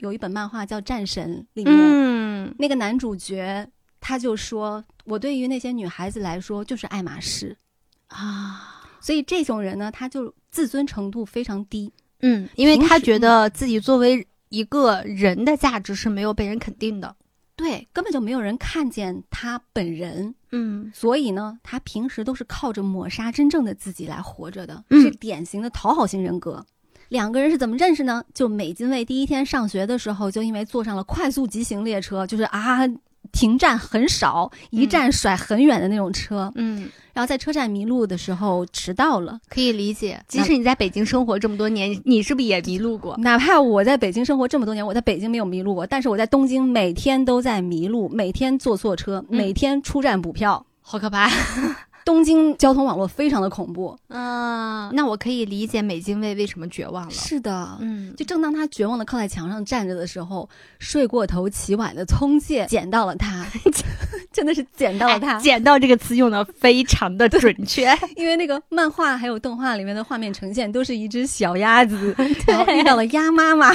S3: 有一本漫画叫《战神》，里面、
S2: 嗯，
S3: 那个男主角他就说：“我对于那些女孩子来说就是爱马仕。
S2: 啊，”
S3: 所以这种人呢，他就自尊程度非常低。
S2: 嗯，因为
S3: 平
S2: 他
S3: 时
S2: 觉得自己作为一个人的价值是没有被人肯定的。
S3: 对，根本就没有人看见他本人，
S2: 嗯
S3: 所以呢，他平时都是靠着抹杀真正的自己来活着的，
S2: 嗯
S3: 是典型的讨好型人格。两个人是怎么认识呢？就美津卫第一天上学的时候，就因为坐上了快速急行列车，就是啊，停站很少，一
S2: 嗯
S3: 站甩很远的那种车，
S2: 嗯，
S3: 然后在车站迷路的时候迟到了。
S2: 可以理解。即使你在北京生活这么多年，你是不是也迷路过？
S3: 哪怕我在北京生活这么多年，我在北京没有迷路过，但是我在东京每天都在迷路，每天坐错车，
S2: 嗯
S3: 每天出站补票。
S2: 好可怕。
S3: [LAUGHS] 东京交通网络非常的恐怖。
S2: 嗯，那我可以理解美津卫为什么绝望了。
S3: 是的，
S2: 嗯，
S3: 就正当他绝望的靠在墙上站着的时候，睡过头起晚的聪介捡到了他，真的是捡到了他。
S2: 捡到哎这个词用的非常的准确。
S3: 因为那个漫画还有动画里面的画面呈现都是一只小鸭子，然后遇到了鸭妈妈，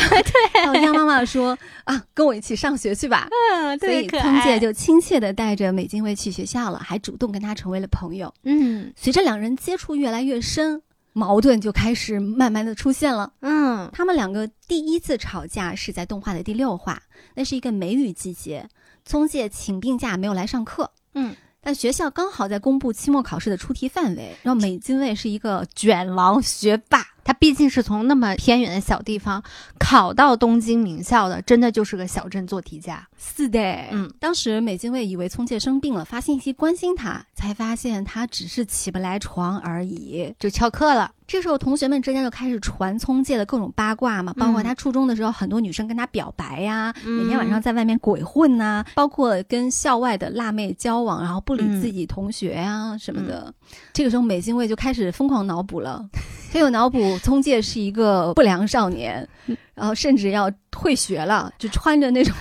S3: 然后鸭妈妈说啊，跟我一起上学去吧。
S2: [LAUGHS] 嗯，
S3: 所以聪介就亲切的带着美津卫去学校了，还主动跟他成为了朋友。
S2: 嗯
S3: 随着两人接触越来越深，矛盾就开始慢慢的出现了。
S2: 嗯
S3: 他们两个第一次吵架是在动画的第六话，那是一个梅雨季节，聪介请病假没有来上课。
S2: 嗯，
S3: 但学校刚好在公布期末考试的出题范围，然后美津卫是一个卷王学霸，
S2: 他毕竟是从那么偏远的小地方考到东京名校的，真的就是个小镇做题家。
S3: 是的，
S2: 嗯，
S3: 当时美津卫以为聪介生病了，发信息关心他，才发现他只是起不来床而已。
S2: 就翘课了。
S3: 这时候，同学们之间就开始传聪界的各种八卦嘛，包括
S2: 嗯
S3: 他初中的时候，很多女生跟他表白呀、每天
S2: 嗯
S3: 晚上在外面鬼混呐、包括跟校外的辣妹交往，然后不
S2: 嗯
S3: 理自己同学啊什么的。这个时候，美津卫就开始疯狂脑补了，他有脑补聪介是一个不良少年，
S2: 嗯
S3: 然后甚至要退学了，就穿着那种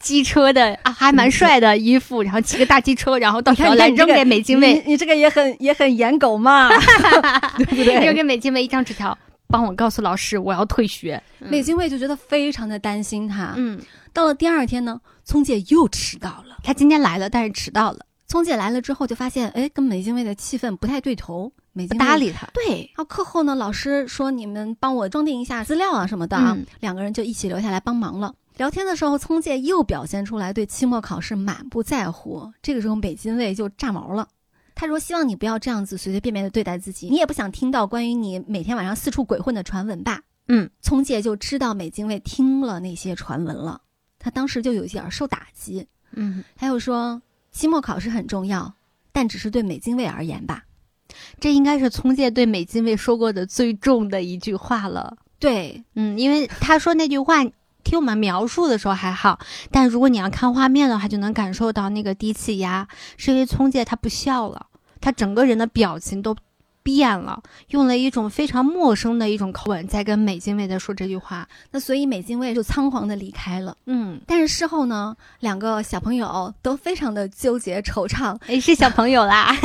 S2: 机车的啊，还蛮帅的衣服，然后骑个大机车，然后到
S3: 你看
S2: 桥
S3: 你
S2: 来
S3: 看你这
S2: 扔
S3: 个
S2: 给美津卫，嗯
S3: 你你这个也很也很颜
S2: [LAUGHS]
S3: 狗嘛，对不
S2: 扔
S3: 对？
S2: 给美津卫一张纸条，帮我告诉老师我要退学。
S3: 美津卫就觉得非常的担心他。
S2: 嗯，
S3: 到了第二天呢，聪姐又迟到了。
S2: 他今天来了，但是迟到了，
S3: 聪姐来了之后就发现，哎，跟美津卫的气氛不太对头，美
S2: 不
S3: 津卫
S2: 搭。理他。
S3: 对，然后课后呢，老师说你们帮我装订一下资料啊什么的啊，
S2: 嗯
S3: 两个人就一起留下来帮忙了。聊天的时候，聪介又表现出来对期末考试满不在乎。这个时候，美津卫就炸毛了。他说：“希望你不要这样子随随便便的对待自己，你也不想听到关于你每天晚上四处鬼混的传闻吧？”
S2: 嗯，
S3: 聪介就知道美津卫听了那些传闻了，他当时就有一点儿受打击。
S2: 嗯，
S3: 还有说，期末考试很重要，但只是对美津卫而言吧。
S2: 这应该是聪介对美津卫说过的最重的一句话了。
S3: 对，
S2: 嗯，因为他说那句话。听我们描述的时候还好，但如果你要看画面的话，就能感受到那个低气压，是因为聪介他不笑了，他整个人的表情都变了，用了一种非常陌生的一种口吻在跟美津卫在说这句话。
S3: 那所以美津卫就仓皇的离开了。
S2: 嗯，
S3: 但是事后呢，两个小朋友都非常的纠结惆怅，
S2: 哎，是小朋友啦。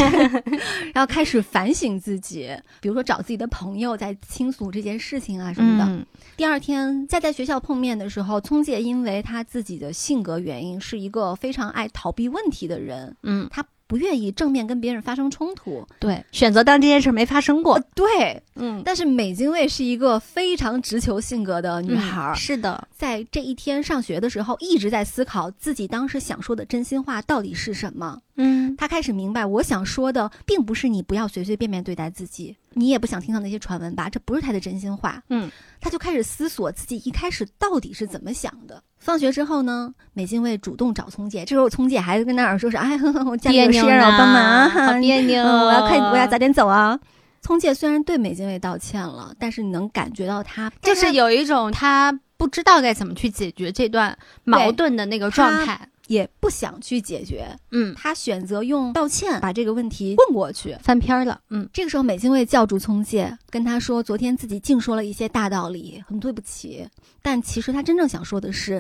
S3: 然后开始反省自己，比如说找自己的朋友在倾诉这件事情啊什么的。
S2: 嗯
S3: 第二天再在学校碰面的时候，聪介因为他自己的性格原因，是一个非常爱逃避问题的人，
S2: 嗯，
S3: 他不愿意正面跟别人发生冲突。
S2: 对， [LAUGHS] 选择当这件事没发生过。
S3: 对，
S2: 嗯，
S3: 但是美津卫是一个非常直球性格的女孩儿，
S2: 嗯是的，
S3: 在这一天上学的时候，一直在思考自己当时想说的真心话到底是什么。
S2: 嗯，
S3: 她开始明白，我想说的并不是你不要随随便便对待自己，你也不想听到那些传闻吧，这不是她的真心话。
S2: 嗯，
S3: 她就开始思索自己一开始到底是怎么想的。放学之后呢，美津卫主动找聪姐，这时候聪姐还跟那儿说是，哎，呵呵我家里
S2: 别
S3: 有事
S2: 扭
S3: 让我帮忙，
S2: 好
S3: 哈
S2: 别扭，
S3: 嗯，我要快，我要早点走啊。聪姐虽然对美津卫道歉了，但是你能感觉到她
S2: 就是有一种他不知道该怎么去解决这段矛盾的那个状态。
S3: 也不想去解决，
S2: 嗯，
S3: 她选择用道歉把这个问题混过去。
S2: 翻篇儿了。嗯
S3: 这个时候，美津卫叫住聪介，跟他说：“昨天自己净说了一些大道理，很对不起。但其实他真正想说的是，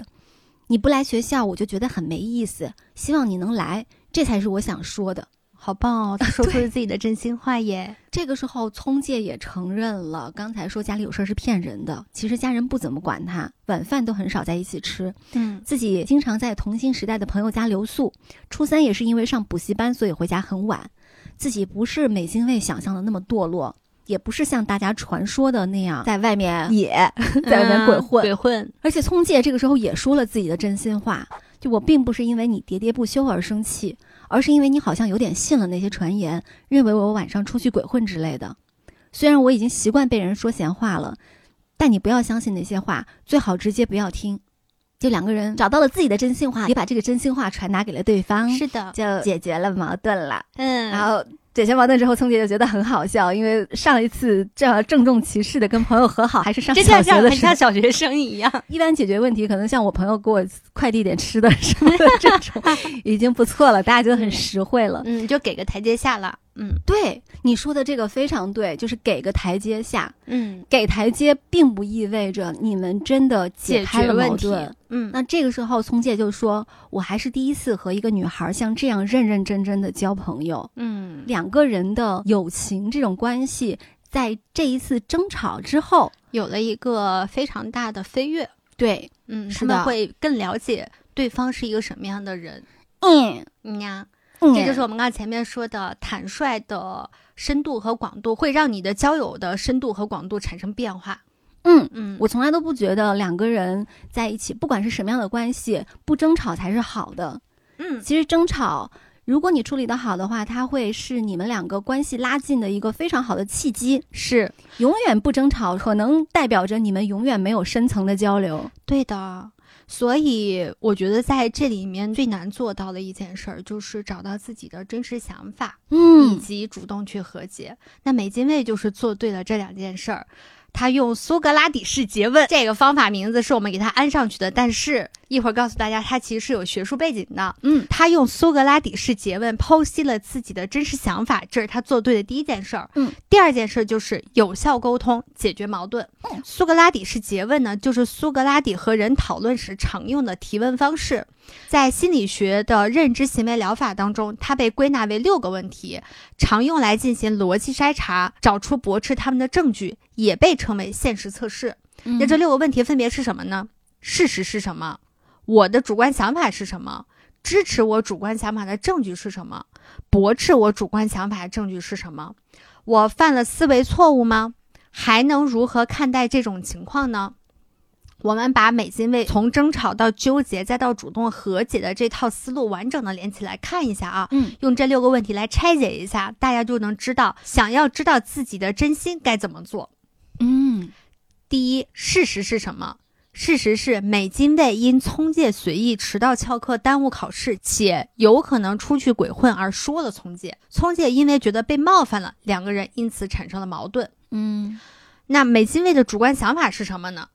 S3: 你不来学校，我就觉得很没意思。希望你能来，这才是我想说的。”
S2: 好棒
S3: [LAUGHS]
S2: 哦，他说出了自己的真心话耶。
S3: 这个时候，聪介也承认了，刚才说家里有事儿是骗人的。其实家人不怎么管他，晚饭都很少在一起吃，
S2: 嗯
S3: 自己经常在童星时代的朋友家留宿。初三也是因为上补习班，所以回家很晚。自己不是美津卫想象的那么堕落，也不是像大家传说的那样在外面野， [LAUGHS] 在外面鬼
S2: 嗯
S3: 混。
S2: 鬼混。
S3: 而且聪介这个时候也说了自己的真心话，就我并不是因为你喋喋不休而生气，而是因为你好像有点信了那些传言，认为我晚上出去鬼混之类的。虽然我已经习惯被人说闲话了，但你不要相信那些话，最好直接不要听。就两个人找到了自己的真心话，也把这个真心话传达给了对方，
S2: 是的，
S3: 就解决了矛盾了。
S2: 嗯，
S3: 然后解决矛盾之后，聪姐就觉得很好笑，因为上一次这样郑重其事的跟朋友和好，还是上
S2: 真
S3: 小
S2: 的
S3: 学
S2: 像
S3: 的
S2: 很
S3: 时候
S2: 像。小学生一样。
S3: 一般解决问题，可能像我朋友给我快递点吃的什么的这 [LAUGHS] 种，已经不错了，大家觉得很实惠了。
S2: 嗯，就给个台阶下了。嗯
S3: 对你说的这个非常对，就是给个台阶下，
S2: 嗯，
S3: 给台阶并不意味着你们真的解
S2: 解
S3: 开
S2: 决
S3: 了
S2: 问
S3: 矛
S2: 题
S3: 盾。。
S2: 嗯，
S3: 那这个时候，聪介就说：“我还是第一次和一个女孩像这样认认真真的交朋友。
S2: 嗯，
S3: 两个人的友情这种关系，在这一次争吵之后，
S2: 有了一个非常大的飞跃。
S3: 对，
S2: 嗯，
S3: 是
S2: 他们
S3: 的
S2: 会更了解对方是一个什么样的人。
S3: 嗯，
S2: 嗯呀，
S3: 这
S2: 这就是我们刚才前面说的坦率的深度和广度，会让你的交友的深度和广度产生变化。
S3: 嗯。”
S2: 嗯，
S3: 我从来都不觉得两个人在一起，不管是什么样的关系，不争吵才是好的。
S2: 嗯
S3: 其实争吵，如果你处理得好的话，它会是你们两个关系拉近的一个非常好的契机。
S2: 是
S3: 永远不争吵，可能代表着你们永远没有深层的交流。
S2: 对的。所以我觉得在这里面最难做到的一件事儿，就是找到自己的真实想法，以
S3: 嗯，
S2: 及主动去和解。那美津卫就是做对了这两件事儿。他用苏格拉底式诘问这个方法名字是我们给他安上去的，但是一会儿告诉大家，他其实是有学术背景的。
S3: 嗯，
S2: 他用苏格拉底式诘问剖析了自己的真实想法，这是他做对的第一件事儿。
S3: 嗯，
S2: 第二件事儿就是有效沟通，解决矛盾。
S3: 嗯
S2: 苏格拉底式诘问呢，就是苏格拉底和人讨论时常用的提问方式。在心理学的认知行为疗法当中，它被归纳为六个问题，常用来进行逻辑筛查，找出驳斥他们的证据，也被称为现实测试。那
S3: 那
S2: 这六个问题分别是什么呢？事实是什么？我的主观想法是什么？支持我主观想法的证据是什么？驳斥我主观想法的证据是什么？我犯了思维错误吗？还能如何看待这种情况呢？我们把美津卫从争吵到纠结再到主动和解的这套思路完整的连起来看一下啊，
S3: 嗯，
S2: 用这六个问题来拆解一下，大家就能知道想要知道自己的真心该怎么做。
S3: 嗯
S2: 第一，事实是什么？事实是美津卫因聪介随意、迟到翘课、耽误考试，且有可能出去鬼混而说了聪介。聪介因为觉得被冒犯了，两个人因此产生了矛盾。
S3: 嗯，
S2: 那美津卫的主观想法是什么呢？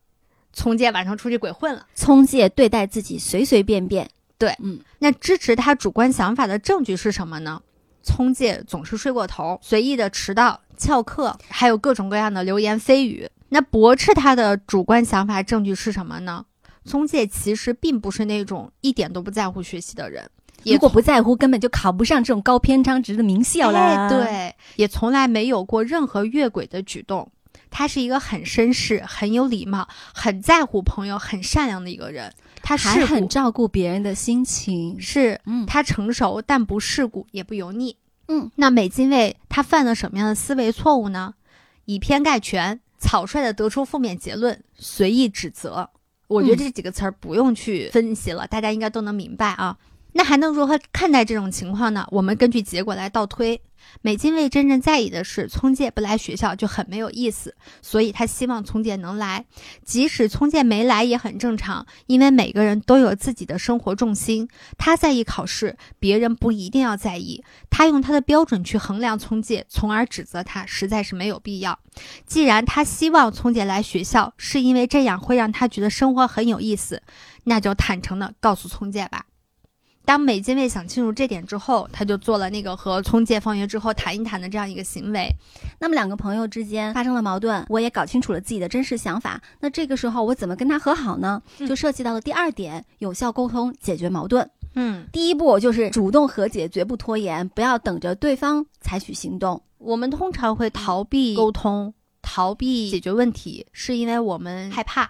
S2: 聪介晚上出去鬼混了。
S3: 聪介对待自己随随便便，嗯
S2: 那支持他主观想法的证据是什么呢？聪介总是睡过头，随意的迟到、翘课，还有各种各样的流言蜚语。那驳斥他的主观想法证据是什么呢？聪介其实并不是那种一点都不在乎学习的人，也
S3: 如果
S2: 从
S3: 不在乎，根本就考不上这种高篇章值的名校啦。
S2: 哎，，对，也从来没有过任何越轨的举动。他是一个很绅士、很有礼貌、很在乎朋友、很善良的一个人。他
S3: 还
S2: 是
S3: 很照顾别人的心情。
S2: 是
S3: 嗯
S2: 他成熟但不世故，也不油腻。
S3: 嗯，
S2: 那美津卫他犯了什么样的思维错误呢？以偏概全，草率的得出负面结论，随意指责。我觉得
S3: 嗯
S2: 这几个词儿不用去分析了，大家应该都能明白啊。那还能如何看待这种情况呢？我们根据结果来倒推。美津卫真正在意的是聪介不来学校就很没有意思，所以他希望聪介能来。即使聪介没来也很正常，因为每个人都有自己的生活重心，他在意考试，别人不一定要在意。他用他的标准去衡量聪介，从而指责他，实在是没有必要。既然他希望聪介来学校，是因为这样会让他觉得生活很有意思，那就坦诚的告诉聪介吧。当美津卫想清楚这点之后，他就做了那个和聪介放学之后谈一谈的这样一个行为。
S3: 那么两个朋友之间发生了矛盾，我也搞清楚了自己的真实想法。那这个时候我怎么跟他和好呢？
S2: 嗯
S3: 就涉及到了第二点，有效沟通解决矛盾。
S2: 嗯，
S3: 第一步就是主动和解，绝不拖延，不要等着对方采取行动。
S2: 我们通常会逃避沟通、逃避解决问题，是因为我们害怕。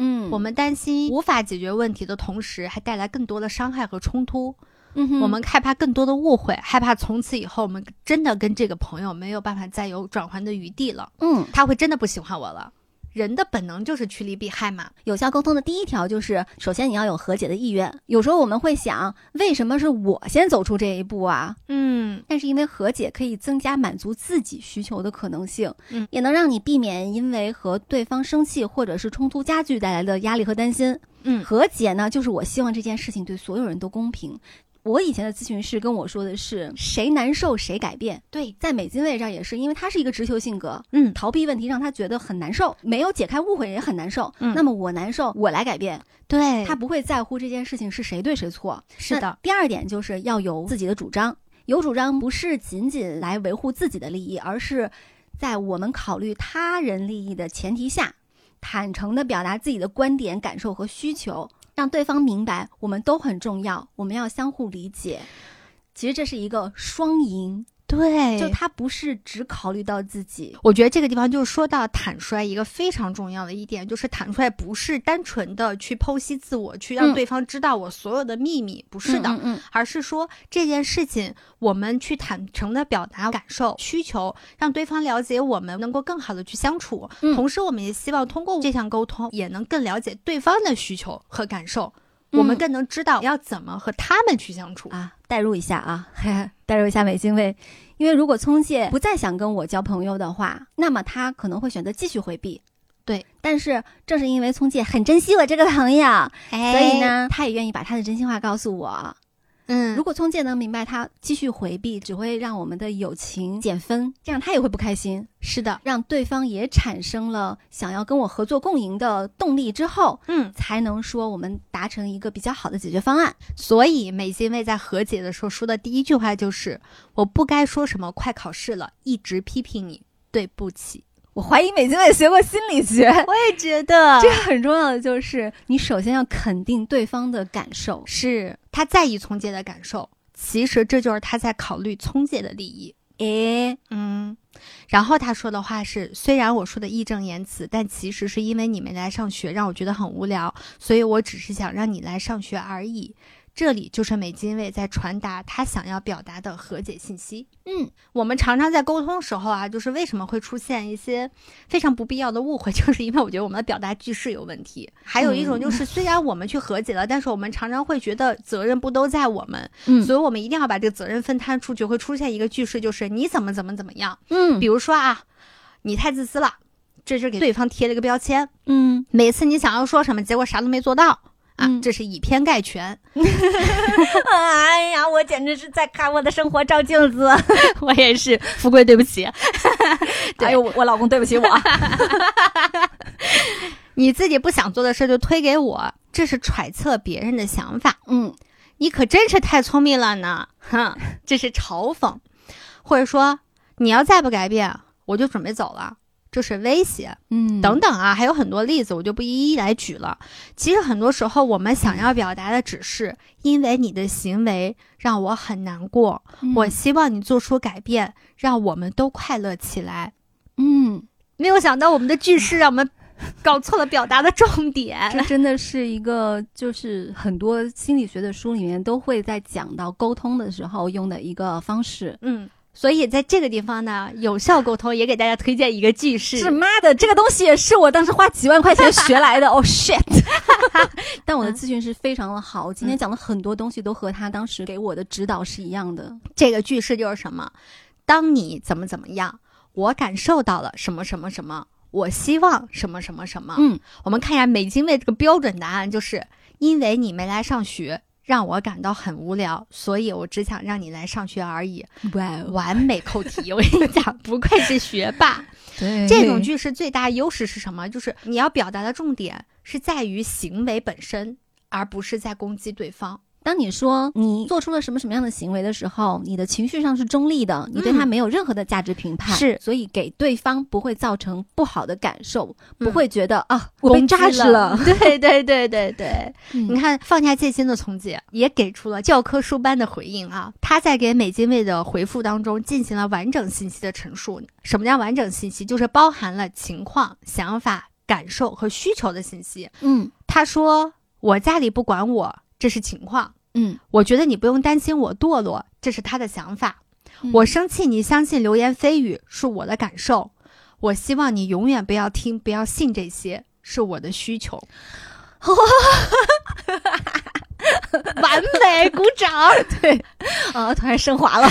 S3: 嗯
S2: 我们担心无法解决问题的同时，还带来更多的伤害和冲突。
S3: 嗯哼
S2: 我们害怕更多的误会，害怕从此以后我们真的跟这个朋友没有办法再有转换的余地了，
S3: 嗯，
S2: 他会真的不喜欢我了。人的本能就是趋利避害嘛。
S3: 有效沟通的第一条就是，首先你要有和解的意愿。有时候我们会想，为什么是我先走出这一步啊？
S2: 嗯
S3: 但是因为和解可以增加满足自己需求的可能性，
S2: 嗯，
S3: 也能让你避免因为和对方生气或者是冲突加剧带来的压力和担心。
S2: 嗯
S3: 和解呢，就是我希望这件事情对所有人都公平。我以前的咨询师跟我说的是，谁难受谁改变。
S2: 对，
S3: 在美津卫这儿也是，因为他是一个直球性格，
S2: 嗯
S3: 逃避问题让他觉得很难受，没有解开误会也很难受。
S2: 嗯
S3: 那么我难受，我来改变，
S2: 对，
S3: 他不会在乎这件事情是谁对谁错。
S2: 是
S3: 那
S2: 的，
S3: 第二点就是要有自己的主张，有主张不是仅仅来维护自己的利益，而是在我们考虑他人利益的前提下，坦诚地表达自己的观点、感受和需求，让对方明白我们都很重要，我们要相互理解。其实这是一个双赢，
S2: 对
S3: 就
S2: 就他。
S3: 他不是只考虑到自己，
S2: 我觉得这个地方就是说到坦率一个非常重要的一点，就是坦率不是单纯的去剖析自我，去让
S3: 嗯
S2: 对方知道我所有的秘密，不是的。
S3: 嗯嗯
S2: 而是说这件事情，我们去坦诚的表达感受、需求，让对方了解我们，能够更好的去相处。
S3: 嗯
S2: 同时，我们也希望通过这项沟通，也能更了解对方的需求和感受，
S3: 嗯
S2: 我们更能知道要怎么和他们去相处。
S3: 啊，代入一下啊， [LAUGHS] 代入一下美津卫，因为如果聪介不再想跟我交朋友的话，那么他可能会选择继续回避，
S2: 对，
S3: 但是正是因为聪介很珍惜我这个朋友，
S2: 哎
S3: 所以，呢，他也愿意把他的真心话告诉我。
S2: 嗯，
S3: 如果聪介能明白，他继续回避只会让我们的友情减分，这样他也会不开心。
S2: 是的，
S3: 让对方也产生了想要跟我合作共赢的动力之后，
S2: 嗯，
S3: 才能说我们达成一个比较好的解决方案。
S2: 所以美津卫在和解的时候说的第一句话就是：“我不该说什么快考试了，一直批评你，对不起。
S3: 我怀疑美津卫学过心理学，”
S2: 我也觉得
S3: 这个很重要的就是你首先要肯定对方的感受。
S2: 是他在意聪介的感受，其实这就是他在考虑聪介的利益。
S3: 诶，
S2: 嗯，然后他说的话是：虽然我说的义正言辞，但其实是因为你没来上学，让我觉得很无聊，所以我只是想让你来上学而已。这里就是美津卫在传达他想要表达的和解信息。
S3: 嗯，
S2: 我们常常在沟通时候啊，就是为什么会出现一些非常不必要的误会， [LAUGHS] 就是因为我觉得我们的表达句式有问题。还有一种就是，虽然我们去和解了，但是我们常常会觉得责任不都在我们，
S3: 嗯
S2: 所以我们一定要把这个责任分摊出去，会出现一个句式，就是你怎么怎么怎么样。
S3: 嗯
S2: 比如说啊，你太自私了，这是给对方贴了一个标签。
S3: 嗯，
S2: 每次你想要说什么，结果啥都没做到啊，
S3: 嗯
S2: 这是以偏概全。
S3: 哎呀，我简直是在看我的生活照镜子。
S2: 我也是，富贵，对不起，对
S3: 哎呦，我我老公对不起我。啊
S2: 你自己不想做的事就推给我，这是揣测别人的想法。
S3: [LAUGHS] 嗯
S2: 你可真是太聪明了呢！哼，这是嘲讽，或者说你要再不改变，我就准备走了，这是威胁。
S3: 嗯
S2: 等等啊，还有很多例子，我就不一一来举了。其实很多时候，我们想要表达的只是，因为你的行为让我很难过，
S3: 嗯
S2: 我希望你做出改变，让我们都快乐起来。嗯
S3: 嗯，
S2: 没有想到我们的句式让我们搞错了表达的重
S3: 这
S2: 点。
S3: 真的是一个，就是很多心理学的书里面都会在讲到沟通的时候用的一个方式。
S2: 嗯，所以在这个地方呢，有效沟通也给大家推荐一个句式，
S3: 是妈的，这个东西也是我当时花几万块钱学来的。哦、shit！但嗯我的咨询师非常的好，我今天讲的很多东西都和他当时给我的指导是一样的。
S2: 这个句式就是什么？当你怎么怎么样，我感受到了什么什么什么，我希望什么什么什么。
S3: 嗯，
S2: 我们看一下美津卫这个标准答案，就是因为你没来上学，让我感到很无聊，所以我只想让你来上学而已。
S3: 哇哦，
S2: 完美扣题，我跟你讲，不愧是学霸。
S3: [LAUGHS] 对
S2: 这种句式最大优势是什么？就是你要表达的重点是在于行为本身，而不是在攻击对方。
S3: 当你说你做出了什么什么样的行为的时候，你的情绪上是中立的，你对他没有任何的价值评判，
S2: 是
S3: 所以给对方不会造成不好的感受，
S2: 嗯
S3: 不会觉得啊我被
S2: 扎
S3: 榨
S2: 实
S3: 实了。。
S2: [LAUGHS]
S3: 嗯
S2: 对对对对对。你
S3: 你看，
S2: 看，放下戒心的从姐也给出了教科书般的回应啊！她在给美津卫的回复当中进行了完整信息的陈述。什么叫完整信息？就是包含了情况、想法、感受和需求的信息。
S3: 嗯
S2: 她说：“我家里不管我，这是情况；
S3: 嗯，
S2: 我觉得你不用担心我堕落，这是她的想法；我生气，你相信流言蜚语，是我的感受；我希望你永远不要听，不要信这些，是我的需求。” [LAUGHS] 完美，鼓掌！
S3: 啊，突然升华了。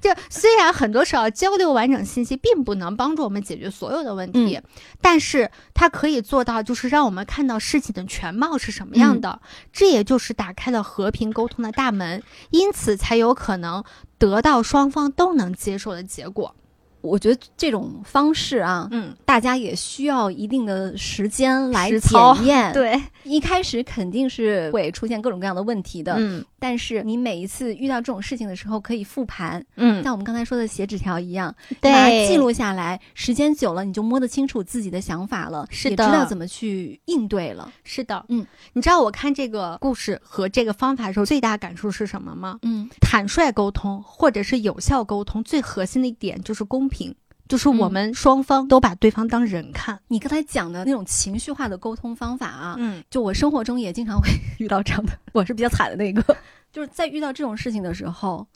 S2: 就虽然很多时候交流完整信息并不能帮助我们解决所有的问题，但是它可以做到，就是让我们看到事情的全貌是什么样的。这也就是打开了和平沟通的大门，因此才有可能得到双方都能接受的结果。
S3: [LAUGHS] 我觉得这种方式啊，
S2: 嗯，
S3: 大家也需要一定的时间来
S2: 实操
S3: 检 [LAUGHS] 验。，
S2: 对，
S3: 一开始肯定是会出现各种各样的问题的，
S2: 嗯
S3: 但是你每一次遇到这种事情的时候，可以复盘，
S2: 嗯，
S3: 像我们刚才说的写纸条一样，把它
S2: 对，
S3: 记录下来，时间久了你就摸得清楚自己的想法了，
S2: 是
S3: 也知
S2: 的
S3: 道怎么去应对了。
S2: 是的，
S3: 嗯，
S2: 你知道我看这个故事和这个方法的时候，最大感触是什么吗？
S3: 嗯
S2: 坦率沟通或者是有效沟通，最核心的一点就是公平，就是我们双方都把对方当人看。
S3: 你刚才讲的那种情绪化的沟通方法啊，
S2: 嗯
S3: 就我生活中也经常会 [LAUGHS] 遇到这样的，我是比较惨的那个，就是在遇到这种事情的时候，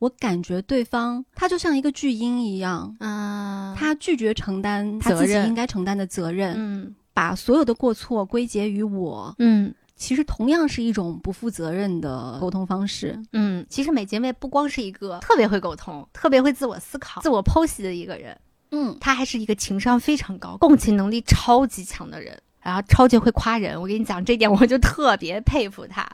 S3: 我感觉对方他就像一个巨婴一样。
S2: 啊他
S3: 他拒绝承担嗯他
S2: 责
S3: 自己
S2: 任
S3: 应该承担的责任，
S2: 嗯
S3: 把所有的过错归结于我，
S2: 嗯
S3: 其实同样是一种不负责任的沟通方式。
S2: 嗯，其实美姐妹不光是一个特别会沟通、特别会自我思考、自我剖析的一个人，
S3: 嗯，
S2: 他还是一个情商非常高、共情能力超级强的人，然后超级会夸人。我跟你讲，这点我就特别佩服他。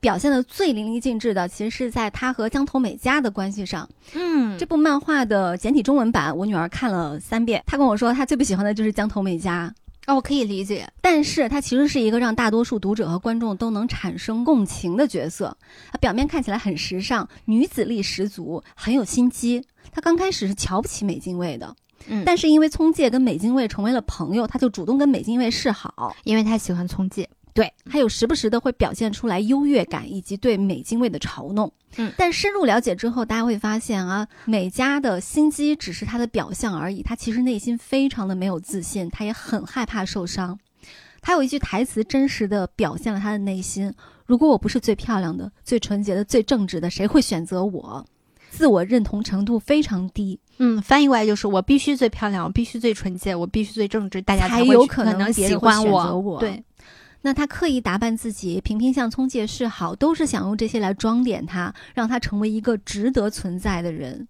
S3: 表现的最淋漓尽致的，其实是在他和江头美嘉的关系上。
S2: 嗯
S3: 这部漫画的简体中文版，我女儿看了三遍，她跟我说她最不喜欢的就是江头美嘉。
S2: 哦，我可以理解。
S3: 但是她其实是一个让大多数读者和观众都能产生共情的角色。她表面看起来很时尚，女子力十足，很有心机。她刚开始是瞧不起美津卫的，
S2: 嗯但
S3: 但是因为聪介跟美津卫成为了朋友，她就主动跟美津卫示好。
S2: 因为他喜欢聪介，
S3: 对，还有时不时的会表现出来优越感以及对美津卫的嘲弄。
S2: 嗯
S3: 但深入了解之后，大家会发现啊，美嘉的心机只是她的表象而已，她其实内心非常的没有自信，她也很害怕受伤。她有一句台词，真实的表现了她的内心：如果我不是最漂亮的、最纯洁的、最正直的，谁会选择我？自我认同程度非常低，
S2: 嗯，翻译过来就是我必须最漂亮，我必须最纯洁，我必须最正直，大家
S3: 才
S2: 会
S3: 有
S2: 可
S3: 能别
S2: 喜
S3: 人会
S2: 欢
S3: 选择我
S2: 对，
S3: 那他刻意打扮自己，频频向聪介示好，都是想用这些来装点他，让他成为一个值得存在的人。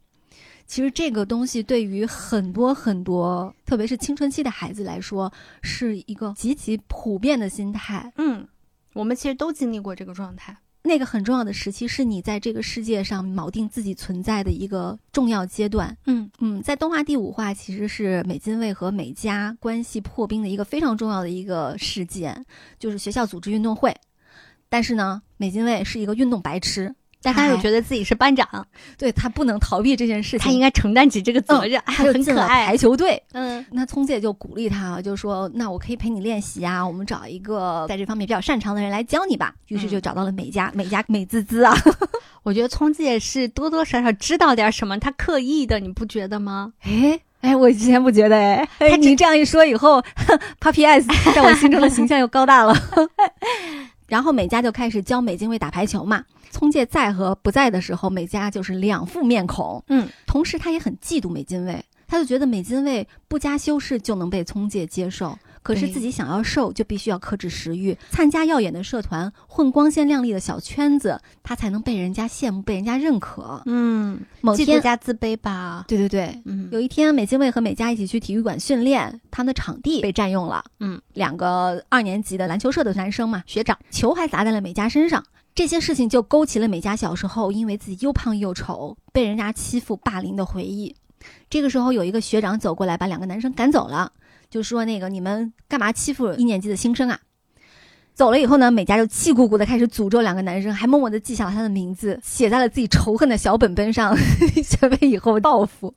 S3: 其实这个东西对于很多很多，特别是青春期的孩子来说，是一个极其普遍的心态。
S2: 嗯，我们其实都经历过这个状态。
S3: 那个很重要的时期，是你在这个世界上锚定自己存在的一个重要阶段。
S2: 嗯
S3: 嗯，在动画第五话其实是美津卫和美嘉关系破冰的一个非常重要的一个事件，就是学校组织运动会。但是呢，美津卫是一个运动白痴，但
S2: 但他
S3: 他
S2: 又
S3: 又
S2: 觉
S3: 觉
S2: 得自己是班长，
S3: 得对他不能逃避这件事情，
S2: 他应该承担起这个责任，
S3: 他
S2: 还
S3: 又
S2: 很
S3: 进
S2: 可
S3: 了
S2: 爱。
S3: 排球队。
S2: 嗯，
S3: 那聪介就鼓励他，啊就说：“那我可以陪你练习啊，我们找一个在这方面比较擅长的人来教你吧。”于
S2: 嗯
S3: 是就找到了美嘉，美嘉美滋滋啊，
S2: 我觉得聪介是多多少少知道点什么，他刻意的，你不觉得吗？
S3: 哎哎，我之前不觉得哎，哎你这样一说以后，Papi S 在我心中的形象又高大了。 [LAUGHS] 然后美嘉就开始教美津卫打排球嘛。聪介在和不在的时候，美嘉就是两副面孔。
S2: 嗯，
S3: 同时她也很嫉妒美津卫，她就觉得美津卫不加修饰就能被聪介接受，可是
S2: 对
S3: 自己想要瘦就必须要克制食欲，参加耀眼的社团，混光鲜亮丽的小圈子，她才能被人家羡慕，被人家认可。
S2: 嗯，
S3: 某
S2: 嫉妒
S3: 天，
S2: 加自卑吧。
S3: 对对对，
S2: 嗯，
S3: 有一天，美津卫和美嘉一起去体育馆训练，他们的场地被占用了。
S2: 嗯，
S3: 两个二年级的篮球社的男生嘛，
S2: 学长，
S3: 球还砸在了美嘉身上。这些事情就勾起了美嘉小时候因为自己又胖又丑，被人家欺负霸凌的回忆。这个时候，有一个学长走过来，把两个男生赶走了，就说：“那个你们干嘛欺负一年级的新生啊？”走了以后呢，美嘉就气鼓鼓的开始诅咒两个男生，还默默的记下了他的名字，写在了自己仇恨的小本本上， [LAUGHS] 准备以后报复。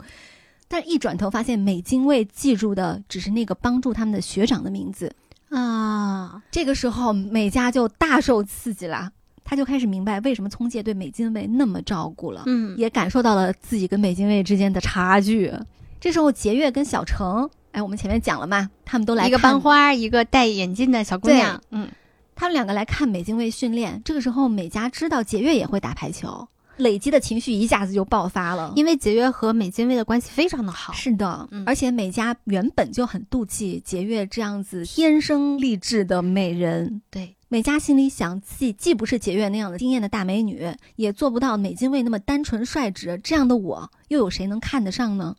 S3: 但是一转头发现，美津卫记住的只是那个帮助他们的学长的名字。
S2: 啊，
S3: 这个时候，美嘉就大受刺激啦，她就开始明白为什么聪介对美津卫那么照顾了，
S2: 嗯，
S3: 也感受到了自己跟美津卫之间的差距。这时候，杰月跟小程，哎，我们前面讲了嘛，他们都来
S2: 一个
S3: 看
S2: 班花，一个戴眼镜的小姑娘，嗯，
S3: 他们两个来看美津卫训练。这个时候，美嘉知道解月也会打排球，累积的情绪一下子就爆发了。
S2: 因为节约和美津卫的关系非常的好，
S3: 是的，
S2: 嗯
S3: 而且美嘉原本就很妒忌解月这样子天生丽质的美人。
S2: 对，
S3: 美嘉心里想，自己既不是解月那样的惊艳的大美女，也做不到美津卫那么单纯率直。这样的我，又有谁能看得上呢？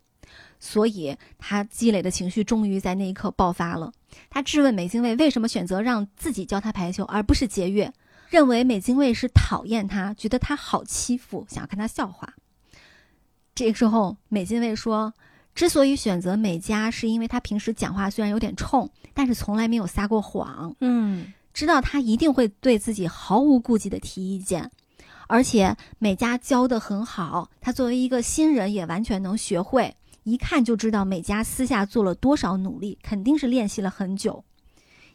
S3: 所以，她积累的情绪终于在那一刻爆发了。她质问美津卫为什么选择让自己教她排球，而不是解月，认为美津卫是讨厌她，觉得她好欺负，想要看她笑话。这个时候，美津卫说：“之所以选择美嘉，是因为她平时讲话虽然有点冲，但是从来没有撒过谎。
S2: 嗯，
S3: 知道他一定会对自己毫无顾忌的提意见，而且美嘉教的很好，他作为一个新人也完全能学会，一看就知道美嘉私下做了多少努力，肯定是练习了很久。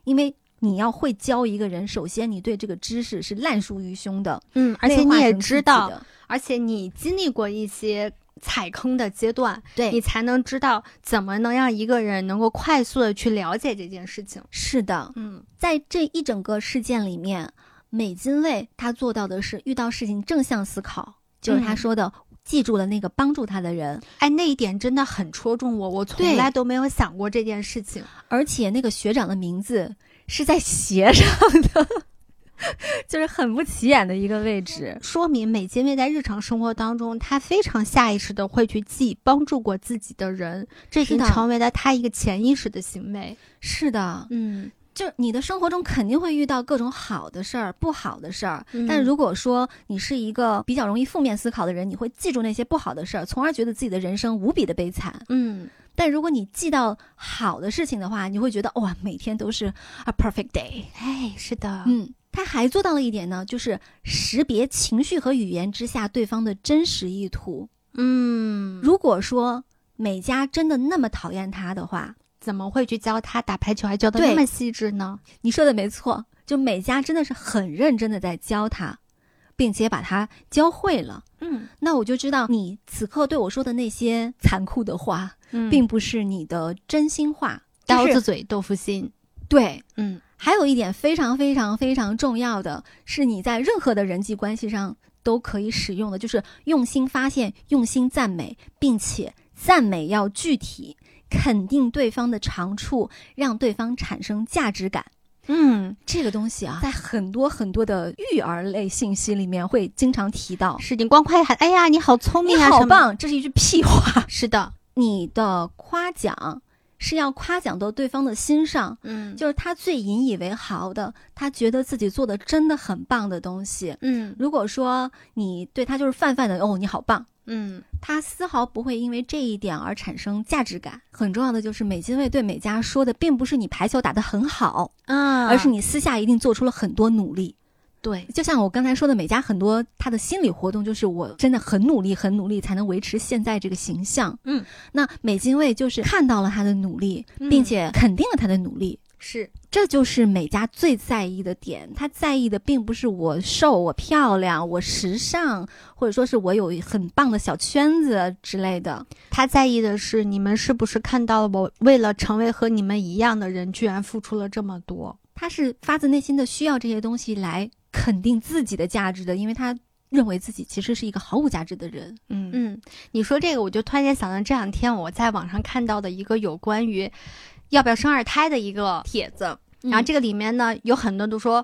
S3: 因为你要会教一个人，首先你对这个知识是烂熟于胸的，
S2: 嗯，而且
S3: 内化
S2: 你也
S3: 成自己
S2: 知道，
S3: 的，
S2: 而且你经历过一些踩坑的阶段，
S3: 对，
S2: 你才能知道怎么能让一个人能够快速的去了解这件事情。
S3: 是的，
S2: 嗯
S3: 在这一整个事件里面，美津卫他做到的是遇到事情正向思考，就是他
S2: 嗯
S3: 说的。记住了那个帮助他的人，，
S2: 哎，那一点真的很戳中我，我从
S3: 对
S2: 来都没有想过这件事情。
S3: 而且那个学长的名字是在鞋上的， [LAUGHS] 就是很不起眼的一个位置。
S2: 说明美津卫在日常生活当中，他非常下意识的会去记帮助过自己的人，这已
S3: 是
S2: 经
S3: 的
S2: 成为了他一个潜意识的行为。
S3: 是的，
S2: 嗯，
S3: 就是你的生活中肯定会遇到各种好的事儿、不好的事儿，
S2: 嗯
S3: 但如果说你是一个比较容易负面思考的人，你会记住那些不好的事儿，从而觉得自己的人生无比的悲惨。
S2: 嗯，
S3: 但如果你记到好的事情的话，你会觉得哇，每天都是 a perfect day。
S2: 哎，是的，
S3: 嗯，他还做到了一点呢，就是识别情绪和语言之下对方的真实意图。
S2: 嗯，
S3: 如果说美嘉真的那么讨厌他的话，
S2: 怎么会去教他打排球还教的
S3: 对
S2: 那么细致呢？
S3: 你说的没错，就美嘉真的是很认真的在教他，并且把他教会了。
S2: 嗯，
S3: 那我就知道你此刻对我说的那些残酷的话，并不是你的真心话。
S2: 嗯刀
S3: 就是
S2: 子嘴豆腐心。
S3: 对，
S2: 嗯，
S3: 还有一点非常非常非常重要的是，你在任何的人际关系上都可以使用的，就是用心发现、用心赞美，并且赞美要具体，肯定对方的长处，让对方产生价值感。
S2: 嗯，
S3: 这个东西啊，在很多很多的育儿类信息里面会经常提到。
S2: 是你光夸喊，哎呀，你好聪
S3: 你
S2: 明啊，
S3: 好
S2: 什么，
S3: 棒，这是一句屁话。
S2: 是的，
S3: 你的夸奖是要夸奖到对方的心上，
S2: 嗯就
S3: 就是他最引以为豪的，他觉得自己做的真的很棒的东西。
S2: 嗯
S3: 如果说你对他就是泛泛的哦，你好棒，
S2: 嗯，
S3: 他丝毫不会因为这一点而产生价值感。很重要的就是美津卫对美嘉说的，并不是你排球打得很好，
S2: 啊
S3: 而是你私下一定做出了很多努力。
S2: 对，
S3: 就像我刚才说的，美嘉很多她的心理活动就是我真的很努力，很努力才能维持现在这个形象。
S2: 嗯，
S3: 那美津卫就是看到了她的努力，
S2: 嗯
S3: 并且肯定了她的努力。
S2: 是，
S3: 这就是美嘉最在意的点，她在意的并不是我瘦、我漂亮、我时尚，或者说是我有很棒的小圈子之类的。
S2: 他在意的是你们是不是看到了我为了成为和你们一样的人，居然付出了这么多。
S3: 她是发自内心的需要这些东西来肯定自己的价值的，因为她认为自己其实是一个毫无价值的人。
S2: 嗯嗯，你说这个，我就突然间想到这两天我在网上看到的一个有关于要不要生二胎的一个帖子，
S3: 然
S2: 然
S3: 后
S2: 后
S3: 这
S2: 这个里面呢，有很多都说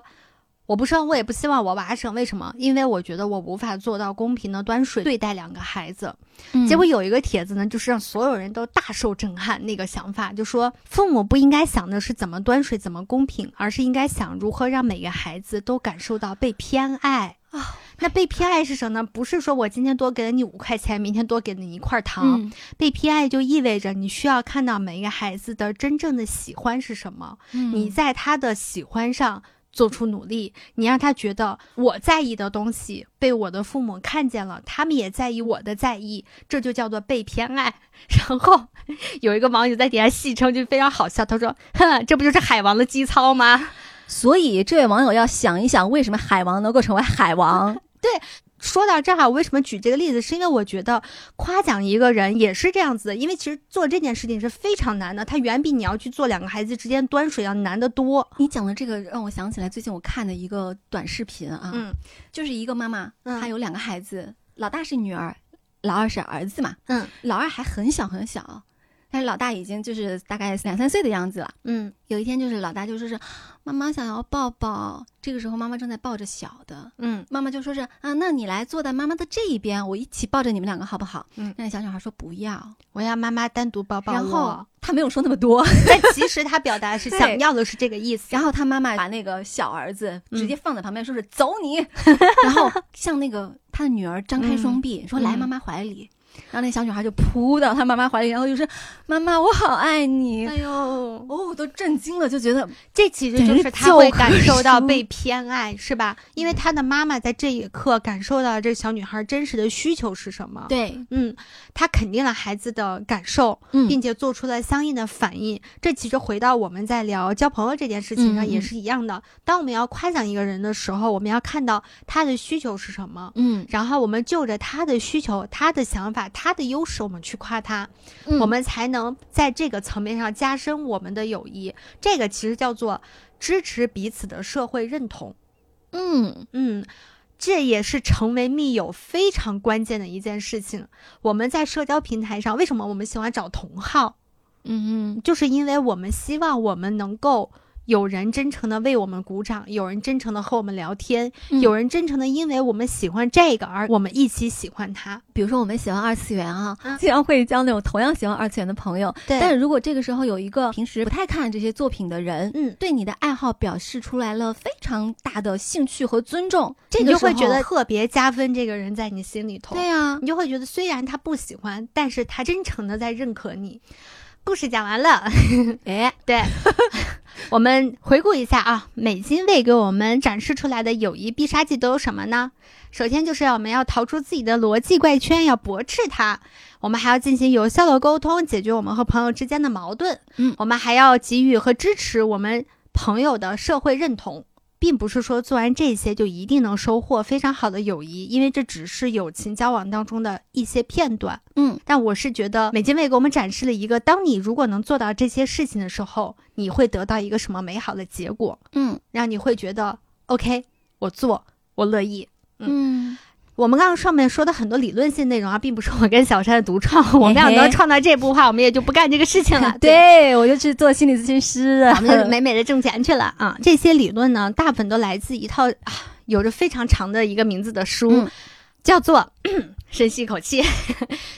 S2: 我不生，我也不希望我娃生，为什么？因为我觉得我无法做到公平的端水对待两个孩子。
S3: 个
S2: 结
S3: 结
S2: 果
S3: 果
S2: 有一个帖子呢，就是让所有人都大受震撼，那个想法就说父母不应该想的是怎么端水、怎么公平，而是应该想如何让每个孩子都感受到被偏爱。
S3: 啊，
S2: 那被偏爱是什么呢？不是说我今天多给了你五块钱，明天多给了你一块糖。
S3: 嗯
S2: 被偏爱就意味着你需要看到每一个孩子的真正的喜欢是什么。你
S3: 你
S2: 在他的喜欢上做出努力，你让他觉得我在意的东西被我的父母看见了，他们也在意我的在意，这就叫做被偏爱。 [LAUGHS] 然后有一个网友在底下戏称，就非常好笑，他说：“哼，这不就是海王的基操吗
S3: 所以这位网友要想一想，为什么海王能够成为海王？？”
S2: 说到这儿啊，我为什么举这个例子，是因为我觉得夸奖一个人也是这样子的，因为其实做这件事情是非常难的，它远比你要去做两个孩子之间端水要难得多。
S3: [LAUGHS] 你讲的这个让我想起来最近我看的一个短视频啊，
S2: 嗯
S3: 就是一个妈妈，
S2: 嗯
S3: 她有两个孩子，老大是女儿，老二是儿子嘛。
S2: 嗯，
S3: 老二还很小很小，但是老大已经就是大概两三岁的样子了。
S2: 嗯
S3: 有一天就是老大就说是妈妈想要抱抱，这个时候妈妈正在抱着小的，
S2: 嗯
S3: 妈妈就说是啊，那你来坐在妈妈的这一边，我一起抱着你们两个好不好？
S2: 嗯
S3: 那小女孩说不要，
S2: 我要妈妈单独抱抱我。
S3: 然后她没有说那么多，
S2: 但其实他表达是
S3: 对
S2: 想要的是这个意思。
S3: 然后他妈妈把那个小儿子
S2: 嗯
S3: 直接放在旁边，说是走你， [LAUGHS] 然后向那个他的女儿张开双臂，说来
S2: 嗯
S3: 妈妈怀里。然后那小女孩就扑到他妈妈怀里，然后就说：“妈妈，我好爱你。
S2: 哎呦，
S3: 哦，我都震惊了，就觉得
S2: 这其实就是他会感受到被偏爱，是吧？因为他的妈妈在这一刻感受到这小女孩真实的需求是什么。，
S3: 对，
S2: 嗯，他肯定了孩子的感受，
S3: 嗯
S2: 并且做出了相应的反应。这其实回到我们在聊交朋友这件事情上
S3: 嗯嗯
S2: 也是一样的。当我们要夸奖一个人的时候，我们要看到他的需求是什么。
S3: 嗯，
S2: 然后我们就着他的需求、他的想法、他的优势，我们去夸他。我
S3: 我们
S2: 们才能在这个层面上加深我们的友谊。这个其实叫做支持彼此的社会认同。
S3: 嗯
S2: 嗯，这也是成为密友非常关键的一件事情。我们在社交平台上，为什么我们喜欢找同好？
S3: 嗯嗯
S2: 就是因为我们希望我们能够有人真诚的为我们鼓掌，有人真诚的和我们聊天，
S3: 嗯
S2: 有人真诚的因为我们喜欢这个而我们一起喜欢它。
S3: 比如说我们喜欢二次元啊，
S2: 嗯
S3: 经常会交那种同样喜欢二次元的朋友。
S2: 对
S3: 但如果这个时候有一个平时不太看这些作品的人，
S2: 嗯，
S3: 对你的爱好表示出来了非常大的兴趣和尊重，这
S2: 你
S3: 个
S2: 就会
S3: 时候
S2: 觉得特别加分，这个人在你心里头。
S3: 对呀、
S2: 你就会觉得虽然他不喜欢，但是他真诚的在认可你。故事讲完了，
S3: 哎，
S2: [LAUGHS] 对我们回顾一下啊，美津卫给我们展示出来的友谊必杀技都有什么呢？首先就是要我们要逃出自己的逻辑怪圈，要驳斥它。我们还要进行有效的沟通，解决我们和朋友之间的矛盾。
S3: 嗯
S2: 我们还要给予和支持我们朋友的社会认同，并不是说做完这些就一定能收获非常好的友谊，因为这只是友情交往当中的一些片段。
S3: 嗯，
S2: 但我是觉得美津卫给我们展示了一个，当你如果能做到这些事情的时候，你会得到一个什么美好的结果，
S3: 嗯
S2: 让你会觉得 OK，我做，我乐意。
S3: 嗯，
S2: 我们刚刚上面说的很多理论性内容啊，并不是我跟小山的独创，我们俩
S3: 嘿嘿。
S2: 能创造这步话，我们也就不干这个事情了
S3: [LAUGHS] 我就去做心理咨询师，啊
S2: 我们就美美的挣钱去了啊！这些理论呢，大部分都来自一套、啊、有着非常长的一个名字的书，
S3: 嗯
S2: 叫做深吸一口气，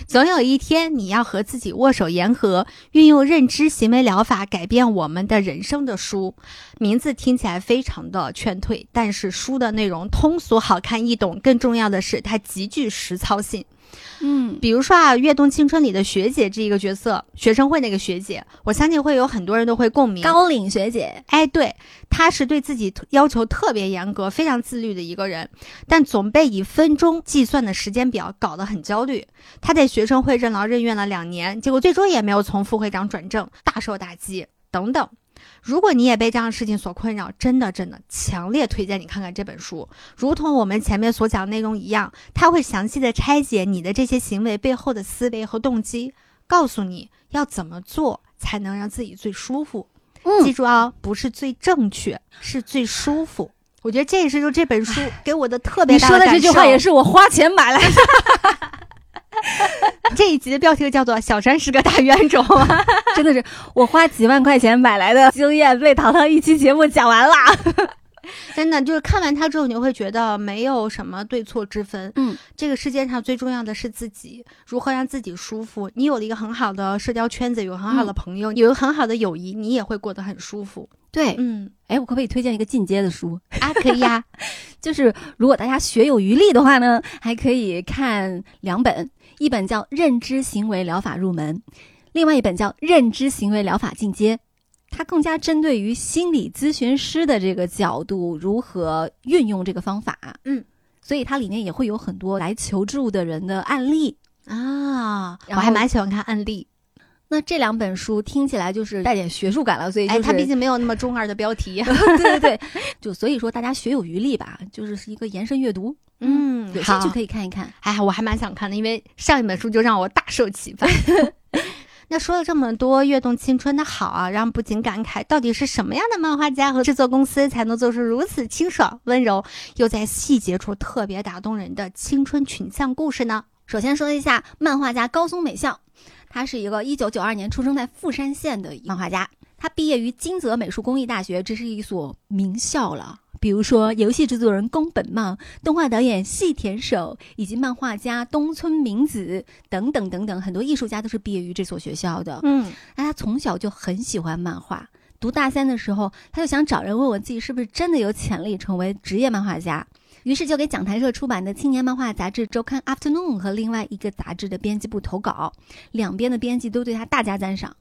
S2: 总有一天你要和自己握手言和，运用认知行为疗法改变我们的人生的书。名字听起来非常的劝退，但是书的内容通俗好看易懂，更重要的是它极具实操性。
S3: [LAUGHS] 嗯
S2: 比如说啊，《跃动青春》里的学姐这一个角色，学生会那个学姐，我相信会有很多人都会共鸣。
S3: 高岭学姐，
S2: 哎，对，他是对自己特要求特别严格、非常自律的一个人，但总被以分钟计算的时间表搞得很焦虑。他在学生会任劳任怨了两年，结果最终也没有从副会长转正，大受打击等等。如果你也被这样的事情所困扰，真的真的强烈推荐你看看这本书。如同我们前面所讲的内容一样，它会详细的拆解你的这些行为背后的思维和动机，告诉你要怎么做才能让自己最舒服。记
S3: 嗯，
S2: 住啊，不是最正确，是最舒服。我觉得这也是就这本书给我的特别
S3: 哎你
S2: 大
S3: 说的
S2: 感
S3: 这句话
S2: 受
S3: 也是我花钱买来的，
S2: [LAUGHS] 这一集的标题叫做“小山是个大冤种”啊。
S3: [LAUGHS] 真的是我花几万块钱买来的经验被糖糖一期节目讲完啦。
S2: 真的，就是看完它之后，你就会觉得没有什么对错之分。
S3: 嗯，
S2: 这个世界上最重要的是自己，如何让自己舒服。你有了一个很好的社交圈子，有很好
S3: 嗯
S2: 的朋友，有一个很好的友谊，你也会过得很舒服。
S3: 对，
S2: 嗯，
S3: 哎，我可不可以推荐一个进阶的
S2: [LAUGHS]
S3: 书？
S2: 啊，可以啊，
S3: 就是如果大家学有余力的话呢，还可以看两本，一本叫《认知行为疗法入门》，另外一本叫《认知行为疗法进阶》。它更加针对于心理咨询师的这个角度，如何运用这个方法。
S2: 嗯，
S3: 所以它里面也会有很多来求助的人的案例。
S2: 啊，我
S3: 然后
S2: 还蛮喜欢看案例。
S3: 那这两本书听起来就是带点学术感了，所以就是、
S2: 哎，它毕竟没有那么中二的标题。
S3: [LAUGHS] 对对对，就所以说大家学有余力吧，就是是一个延伸阅读，
S2: 嗯
S3: [LAUGHS] 有兴
S2: 好
S3: 趣。可以看一看。
S2: 哎，我还蛮想看的，因为上一本书就让我大受启
S3: [LAUGHS]
S2: 发。那说了这么多跃动青春的好啊，让不禁感慨，到底是什么样的漫画家和制作公司才能做出如此清爽、温柔又在细节处特别打动人的青春群像故事呢？
S3: 首先说一下漫画家高松美孝，他是一个1992年出生在富山县的漫画家，他毕业于金泽美术工艺大学，这是一所名校了。比如说，游戏制作人宫本茂、动画导演细田守以及漫画家东村明子等等等等，很多艺术家都是毕业于这所学校的。
S2: 嗯，
S3: 那他从小就很喜欢漫画。读大三的时候，他就想找人问问自己是不是真的有潜力成为职业漫画家，于是就给讲谈社出版的青年漫画杂志周刊《Afternoon》和另外一个杂志的编辑部投稿，两边的编辑都对他大加赞赏。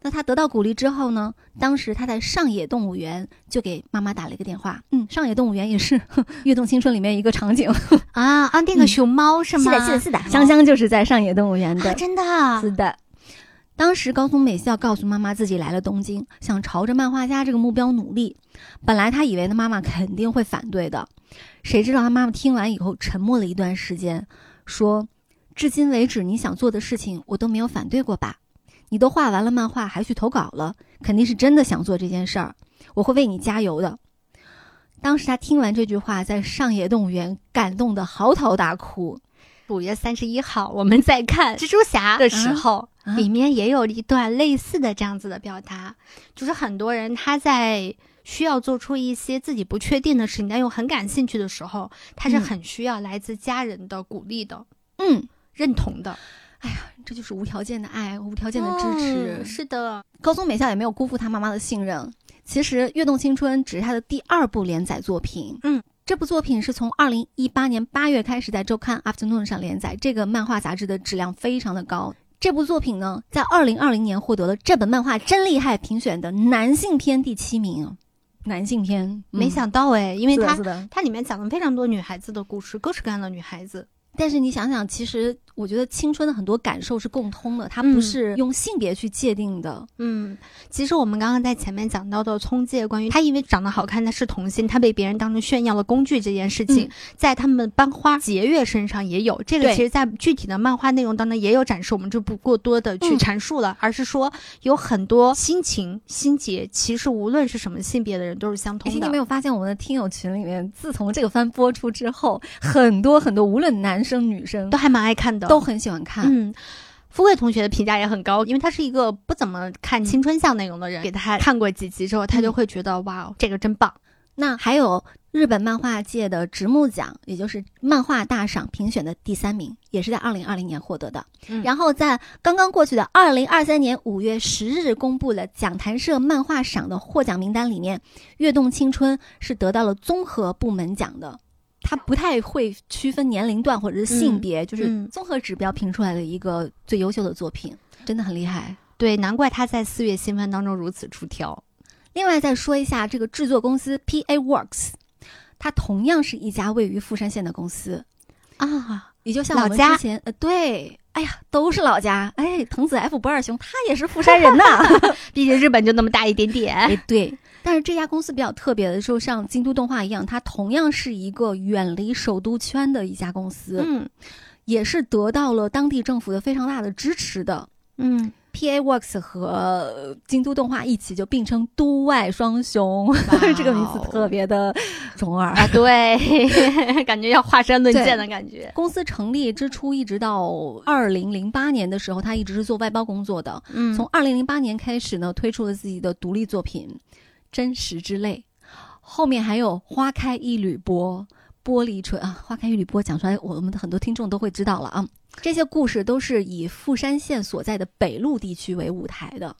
S3: 那他得到鼓励之后呢？当时他在上野动物园就给妈妈打了一个电话。嗯，上野动物园也是《 [LAUGHS] 跃动青春》里面一个场景。
S2: 啊啊，那个熊猫是吗？
S3: 嗯
S2: 哦
S3: 是的，是的，是的，香香就是在上野动物园的
S2: 啊，。真的啊
S3: 是的。当时高松美孝告诉妈妈自己来了东京，想朝着漫画家这个目标努力。本来她以为她妈妈肯定会反对的，谁知道她妈妈听完以后沉默了一段时间，说：“至今为止你想做的事情，我都没有反对过吧？你都画完了漫画，还去投稿了，肯定是真的想做这件事儿。我会为你加油的。”当时她听完这句话，在上野动物园感动得嚎啕大哭。
S2: 五月三十一号，我们在看蜘蛛侠的时候，
S3: 啊
S2: 里面也有一段类似的这样子的表达，就是很多人他在需要做出一些自己不确定的事情，但又很感兴趣的时候，他是
S3: 嗯
S2: 很需要来自家人的鼓励的、
S3: 嗯，
S2: 认同的、
S3: 这就是无条件的爱，无条件的支持。
S2: 嗯是的，
S3: 高松美孝也没有辜负她妈妈的信任。其实，《跃动青春》只是她的第二部连载作品。
S2: 嗯，
S3: 这部作品是从二零一八年八月开始在周刊 Afternoon 上连载。这个漫画杂志的质量非常的高。这部作品呢，在二零二零年获得了这本漫画真厉害评选的男性篇第七名。男性篇，嗯
S2: 没想到哎，因为
S3: 是的
S2: 他
S3: 是的
S2: 它里面讲了非常多女孩子的故事，各式各样的女孩子。
S3: 但是你想想，其实我觉得青春的很多感受是共通的，它不
S2: 嗯
S3: 是用性别去界定的。
S2: 嗯，其实我们刚刚在前面讲到的聪介，关于她因为长得好看，她是童星，她被别人当成炫耀的工具这件事情，
S3: 嗯
S2: 在他们班花节月身上也有。这个
S3: 对
S2: 其实，在具体的漫画内容当中也有展示，我们就不过多的去
S3: 嗯
S2: 阐述了，而是说有很多心情、心结，其实无论是什么性别的人都是相
S3: 哎，
S2: 通
S3: 你
S2: 的
S3: 有没。有发现我们的听友群里面，自从这个番播出之后，很多很多，无论男生女生
S2: 都还蛮爱看的，
S3: 都很喜欢看。
S2: 嗯，富贵同学的评价也很高，因为他是一个不怎么
S3: 嗯
S2: 看青春向内容的人，给他看过几集之后，他就会觉得、哇哦，这个真棒。
S3: 那还有日本漫画界的直木奖，也就是漫画大赏评选的第三名，也是在二零二零年获得的。
S2: 嗯
S3: 然后在刚刚过去的二零二三年五月十日公布了讲谈社漫画赏的获奖名单里面，《跃动青春》是得到了综合部门奖的。它不太会区分年龄段或者是性别，就是
S2: 嗯
S3: 综合指标评出来的一个最优秀的作品，真的很厉害。
S2: 对，难怪他在四月新番当中如此出挑。
S3: 另外再说一下这个制作公司 PA Works，它同样是一家位于富山县的公司，
S2: 啊，
S3: 也就像
S2: 老
S3: 我们
S2: 家
S3: 之前呃对，哎呀都是老家，哎藤子 F 不二雄他也是富山 [LAUGHS] 人呐，
S2: 毕竟日本就那么大一点
S3: [LAUGHS]
S2: 啊点。
S3: 哎对。但是这家公司比较特别的，就像京都动画一样，它同样是一个远离首都圈的一家公司，
S2: 嗯
S3: 也是得到了当地政府的非常大的支持的。
S2: 嗯，
S3: PA Works 和呃京都动画一起就并称“都外双雄”， [LAUGHS] 这个名字
S2: 哇哦
S3: 特别的中二。
S2: 啊，对， [LAUGHS] 感觉要华山论剑的感觉。
S3: 公司成立之初，一直到二零零八年的时候，他一直是做外包工作的。
S2: 嗯
S3: 从二零零八年开始呢，推出了自己的独立作品《真实之泪》，后面还有《花开一缕波》。玻璃唇啊，花开一缕波讲出来，我们的很多听众都会知道了啊。这些故事都是以富山县所在的北陆地区为舞台的，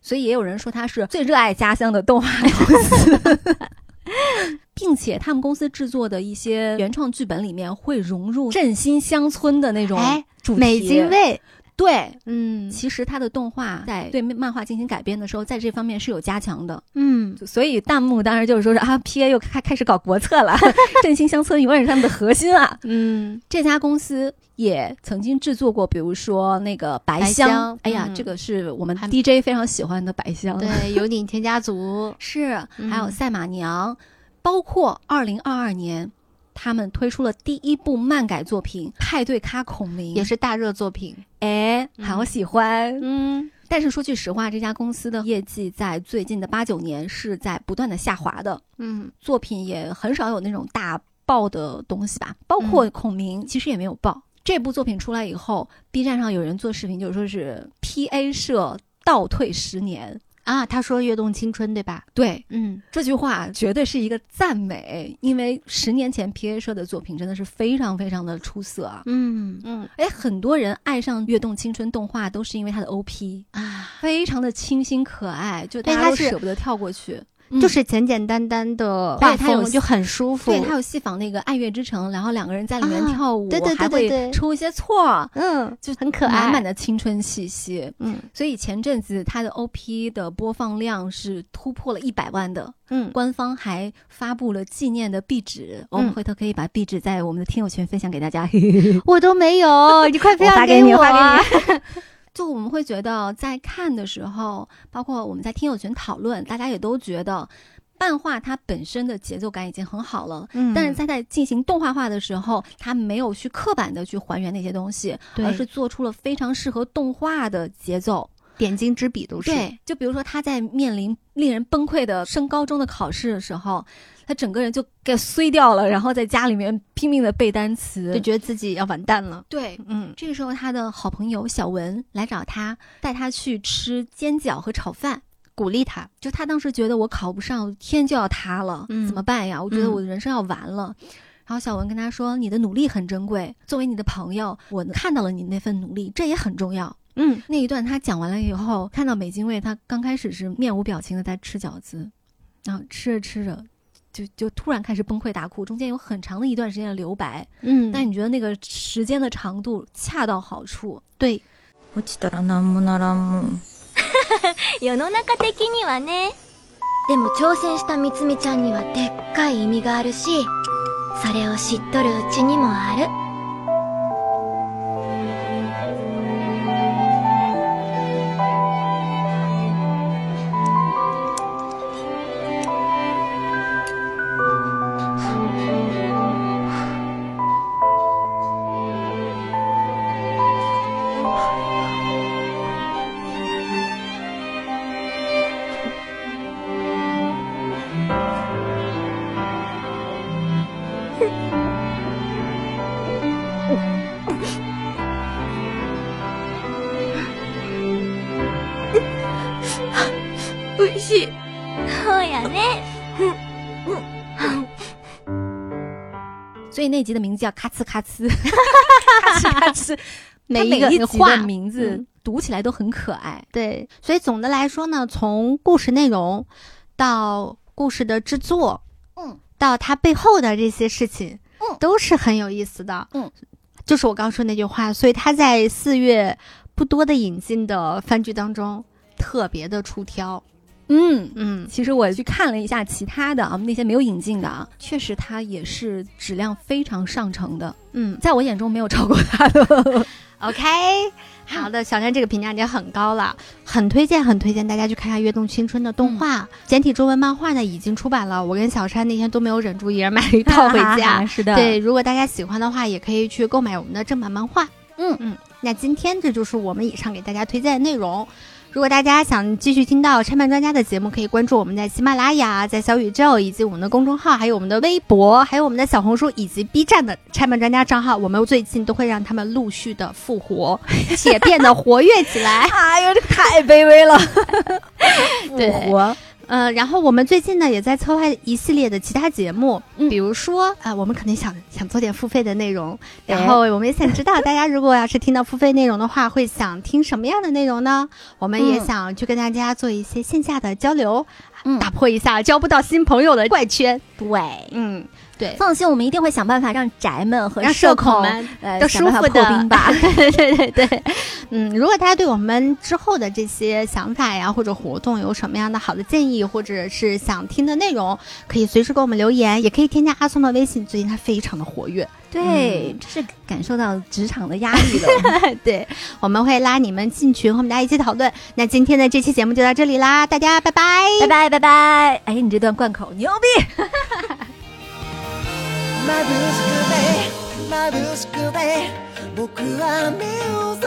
S3: 所以也有人说他是最热爱家乡的动画公司， [LAUGHS] 并且他们公司制作的一些原创剧本里面会融入振兴乡村的那种
S2: 哎
S3: 主题，
S2: 美津卫，
S3: 对，
S2: 嗯
S3: 其实它的动画在对漫画进行改编的时候，在这方面是有加强的，
S2: 嗯，
S3: 所以弹幕当时就是说是啊，P A 又开开始搞国策了， [LAUGHS] 振兴乡村永远是他们的核心啊。
S2: 嗯，
S3: 这家公司也曾经制作过，比如说那个白香，
S2: 白香
S3: 哎呀，
S2: 嗯
S3: 这个是我们
S2: 还
S3: DJ 非常喜欢的白香，
S2: 对，有你田家族，
S3: 是，
S2: 嗯
S3: 还有赛马娘，包括二零二二年。他们推出了第一部漫改作品《派对咖孔明》，
S2: 也是大热作品。
S3: 哎，
S2: 嗯
S3: 好喜欢。
S2: 嗯
S3: 但是说句实话，这家公司的业绩在最近的八九年是在不断的下滑的，
S2: 嗯
S3: 作品也很少有那种大爆的东西吧，包括孔明其实也没有爆。这部作品出来以后，B 站上有人做视频，就是说是 PA 社倒退十年。
S2: 啊，他说《跃动青春》对吧？
S3: 对
S2: 嗯
S3: 这句话绝对是一个赞美，因为十年前 PA 社的作品真的是非常非常的出色啊！
S2: 嗯嗯
S3: 哎，很多人爱上《跃动青春》动画都是因为它的 OP，
S2: 啊。
S3: 非常的清新可爱，就
S2: 对
S3: 大
S2: 它
S3: 家都
S2: 是
S3: 舍不得跳过去。
S2: 就
S3: 嗯
S2: 是简简单单的
S3: 对
S2: 画
S3: 它有
S2: 风，就很舒服。
S3: 对，它有戏仿那个《爱乐之城》，然后两个人在里面
S2: 啊
S3: 跳舞，
S2: 对对对
S3: 还
S2: 对
S3: 会
S2: 对
S3: 出一些错儿，
S2: 嗯，
S3: 就
S2: 很可爱
S3: 满满的青春气息。
S2: 嗯
S3: 所以前阵子它的 OP 的播放量是突破了一百万的，
S2: 嗯，
S3: 官方还发布了纪念的壁纸，我们
S2: 嗯
S3: 回头可以把壁纸在我们的听友群分享给大家。 [LAUGHS]
S2: 我都没有，哦你快分
S3: 我发
S2: 享
S3: 给你
S2: 我
S3: 我发给
S2: 啊！
S3: 就我们会觉得，在看的时候，包括我们在听友群讨论，大家也都觉得，漫画它本身的节奏感已经很好了，
S2: 嗯
S3: 但是它在进行动画化的时候，它没有去刻板的去还原那些东西，
S2: 对
S3: 而是做出了非常适合动画的节奏。
S2: 点睛之笔都是。
S3: 对，就比如说他在面临令人崩溃的升高中的考试的时候，他整个人就给衰掉了，然后在家里面拼命的背单词，
S2: 就觉得自己要完蛋了。
S3: 对。
S2: 嗯，
S3: 这个时候，他的好朋友小文来找他，带他去吃煎饺和炒饭。
S2: 鼓励他。
S3: 就他当时觉得我考不上，天就要塌了，
S2: 嗯
S3: 怎么办呀？我觉得我的人生要完了。然后小文跟他说：“你的努力很珍贵，作为你的朋友，我看到了你那份努力，这也很重要。
S2: 嗯”，
S3: 那一段他讲完了以后，看到美津卫，他刚开始是面无表情的在吃饺子，然后吃着吃着，就就突然开始崩溃大哭，中间有很长的一段时间的留白。
S2: 嗯
S3: 但你觉得那个时间的长度恰到好处，
S2: 对，
S4: 落ちたらなんもならんもん
S5: 世の中的にはねでも挑戦したみつみちゃんにはでっかい意味があるしそれを知っとるうちにもある
S4: おいしい
S5: そうやね
S3: 所以那集的名字叫“咔呲咔呲”，咔哧咔哧，
S2: 每
S3: 一
S2: 一个
S3: 集
S2: 话
S3: 的名字
S2: 嗯
S3: 读起来都很可爱。
S2: 对，所以总的来说呢，从故事内容到故事的制作，
S3: 嗯，
S2: 到它背后的这些事情，
S3: 嗯
S2: 都是很有意思的。
S3: 嗯，
S2: 就是我刚说那句话，所以它在四月不多的引进的番剧当中特别的出挑。
S3: 嗯，
S2: 嗯，
S3: 其实我去看了一下其他的啊，那些没有引进的啊，确实它也是质量非常上乘的，
S2: 嗯
S3: 在我眼中没有超过它
S2: [LAUGHS]
S3: 的。 [LAUGHS]
S2: ，OK，好的，小山这个评价已经很高了，很推荐，很推荐大家去看看《跃动青春》的动
S3: 嗯
S2: 画、简体中文漫画呢，已经出版了。我跟小山那天都没有忍住，一人买了一套回
S3: [LAUGHS]
S2: 家。
S3: 是的，
S2: 对，，如果大家喜欢的话，也可以去购买我们的正版漫画。
S3: 嗯
S2: 嗯，那今天这就是我们以上给大家推荐的内容。如果大家想继续听到拆漫专家的节目，可以关注我们在喜马拉雅、在小宇宙以及我们的公众号，还有我们的微博，还有我们的小红书以及 B 站的拆漫专家账号。我们最近都会让他们陆续的复活， [LAUGHS] 且变得活跃起来。
S3: 哎呦，这太卑微了，
S2: [LAUGHS] 对
S3: 复活
S2: 呃，然后我们最近呢也在策划一系列的其他节目，
S3: 嗯
S2: 比如说啊、我们肯定想想做点付费的内容，
S3: 哎
S2: 然后我们也想知道大家如果要是听到付费内容的话，会想听什么样的内容呢？我们也
S3: 嗯
S2: 想去跟大家做一些线下的交流，啊
S3: 嗯
S2: 打破一下交不到新朋友的怪圈。
S3: 对。
S2: 嗯，对，
S3: 放心，我们一定会想办法让宅们和
S2: 让
S3: 社
S2: 社恐们
S3: 呃
S2: 都
S3: 想
S2: 舒
S3: 办法
S2: 服
S3: 破
S2: 的 [LAUGHS]
S3: 冰吧。
S2: 对对对对，嗯，如果大家对我们之后的这些想法呀或者活动有什么样的好的建议，或者是想听的内容，可以随时给我们留言，也可以添加阿松的微信，最近他非常的活跃。嗯
S3: 对，这是感受到职场的压力了。
S2: [LAUGHS] 对，我们会拉你们进群，和我们大家一起讨论。那今天的这期节目就到这里啦，大家拜拜。
S3: 拜拜拜拜！哎，你这段贯口牛逼！
S1: 眩しくて眩しくて僕は目を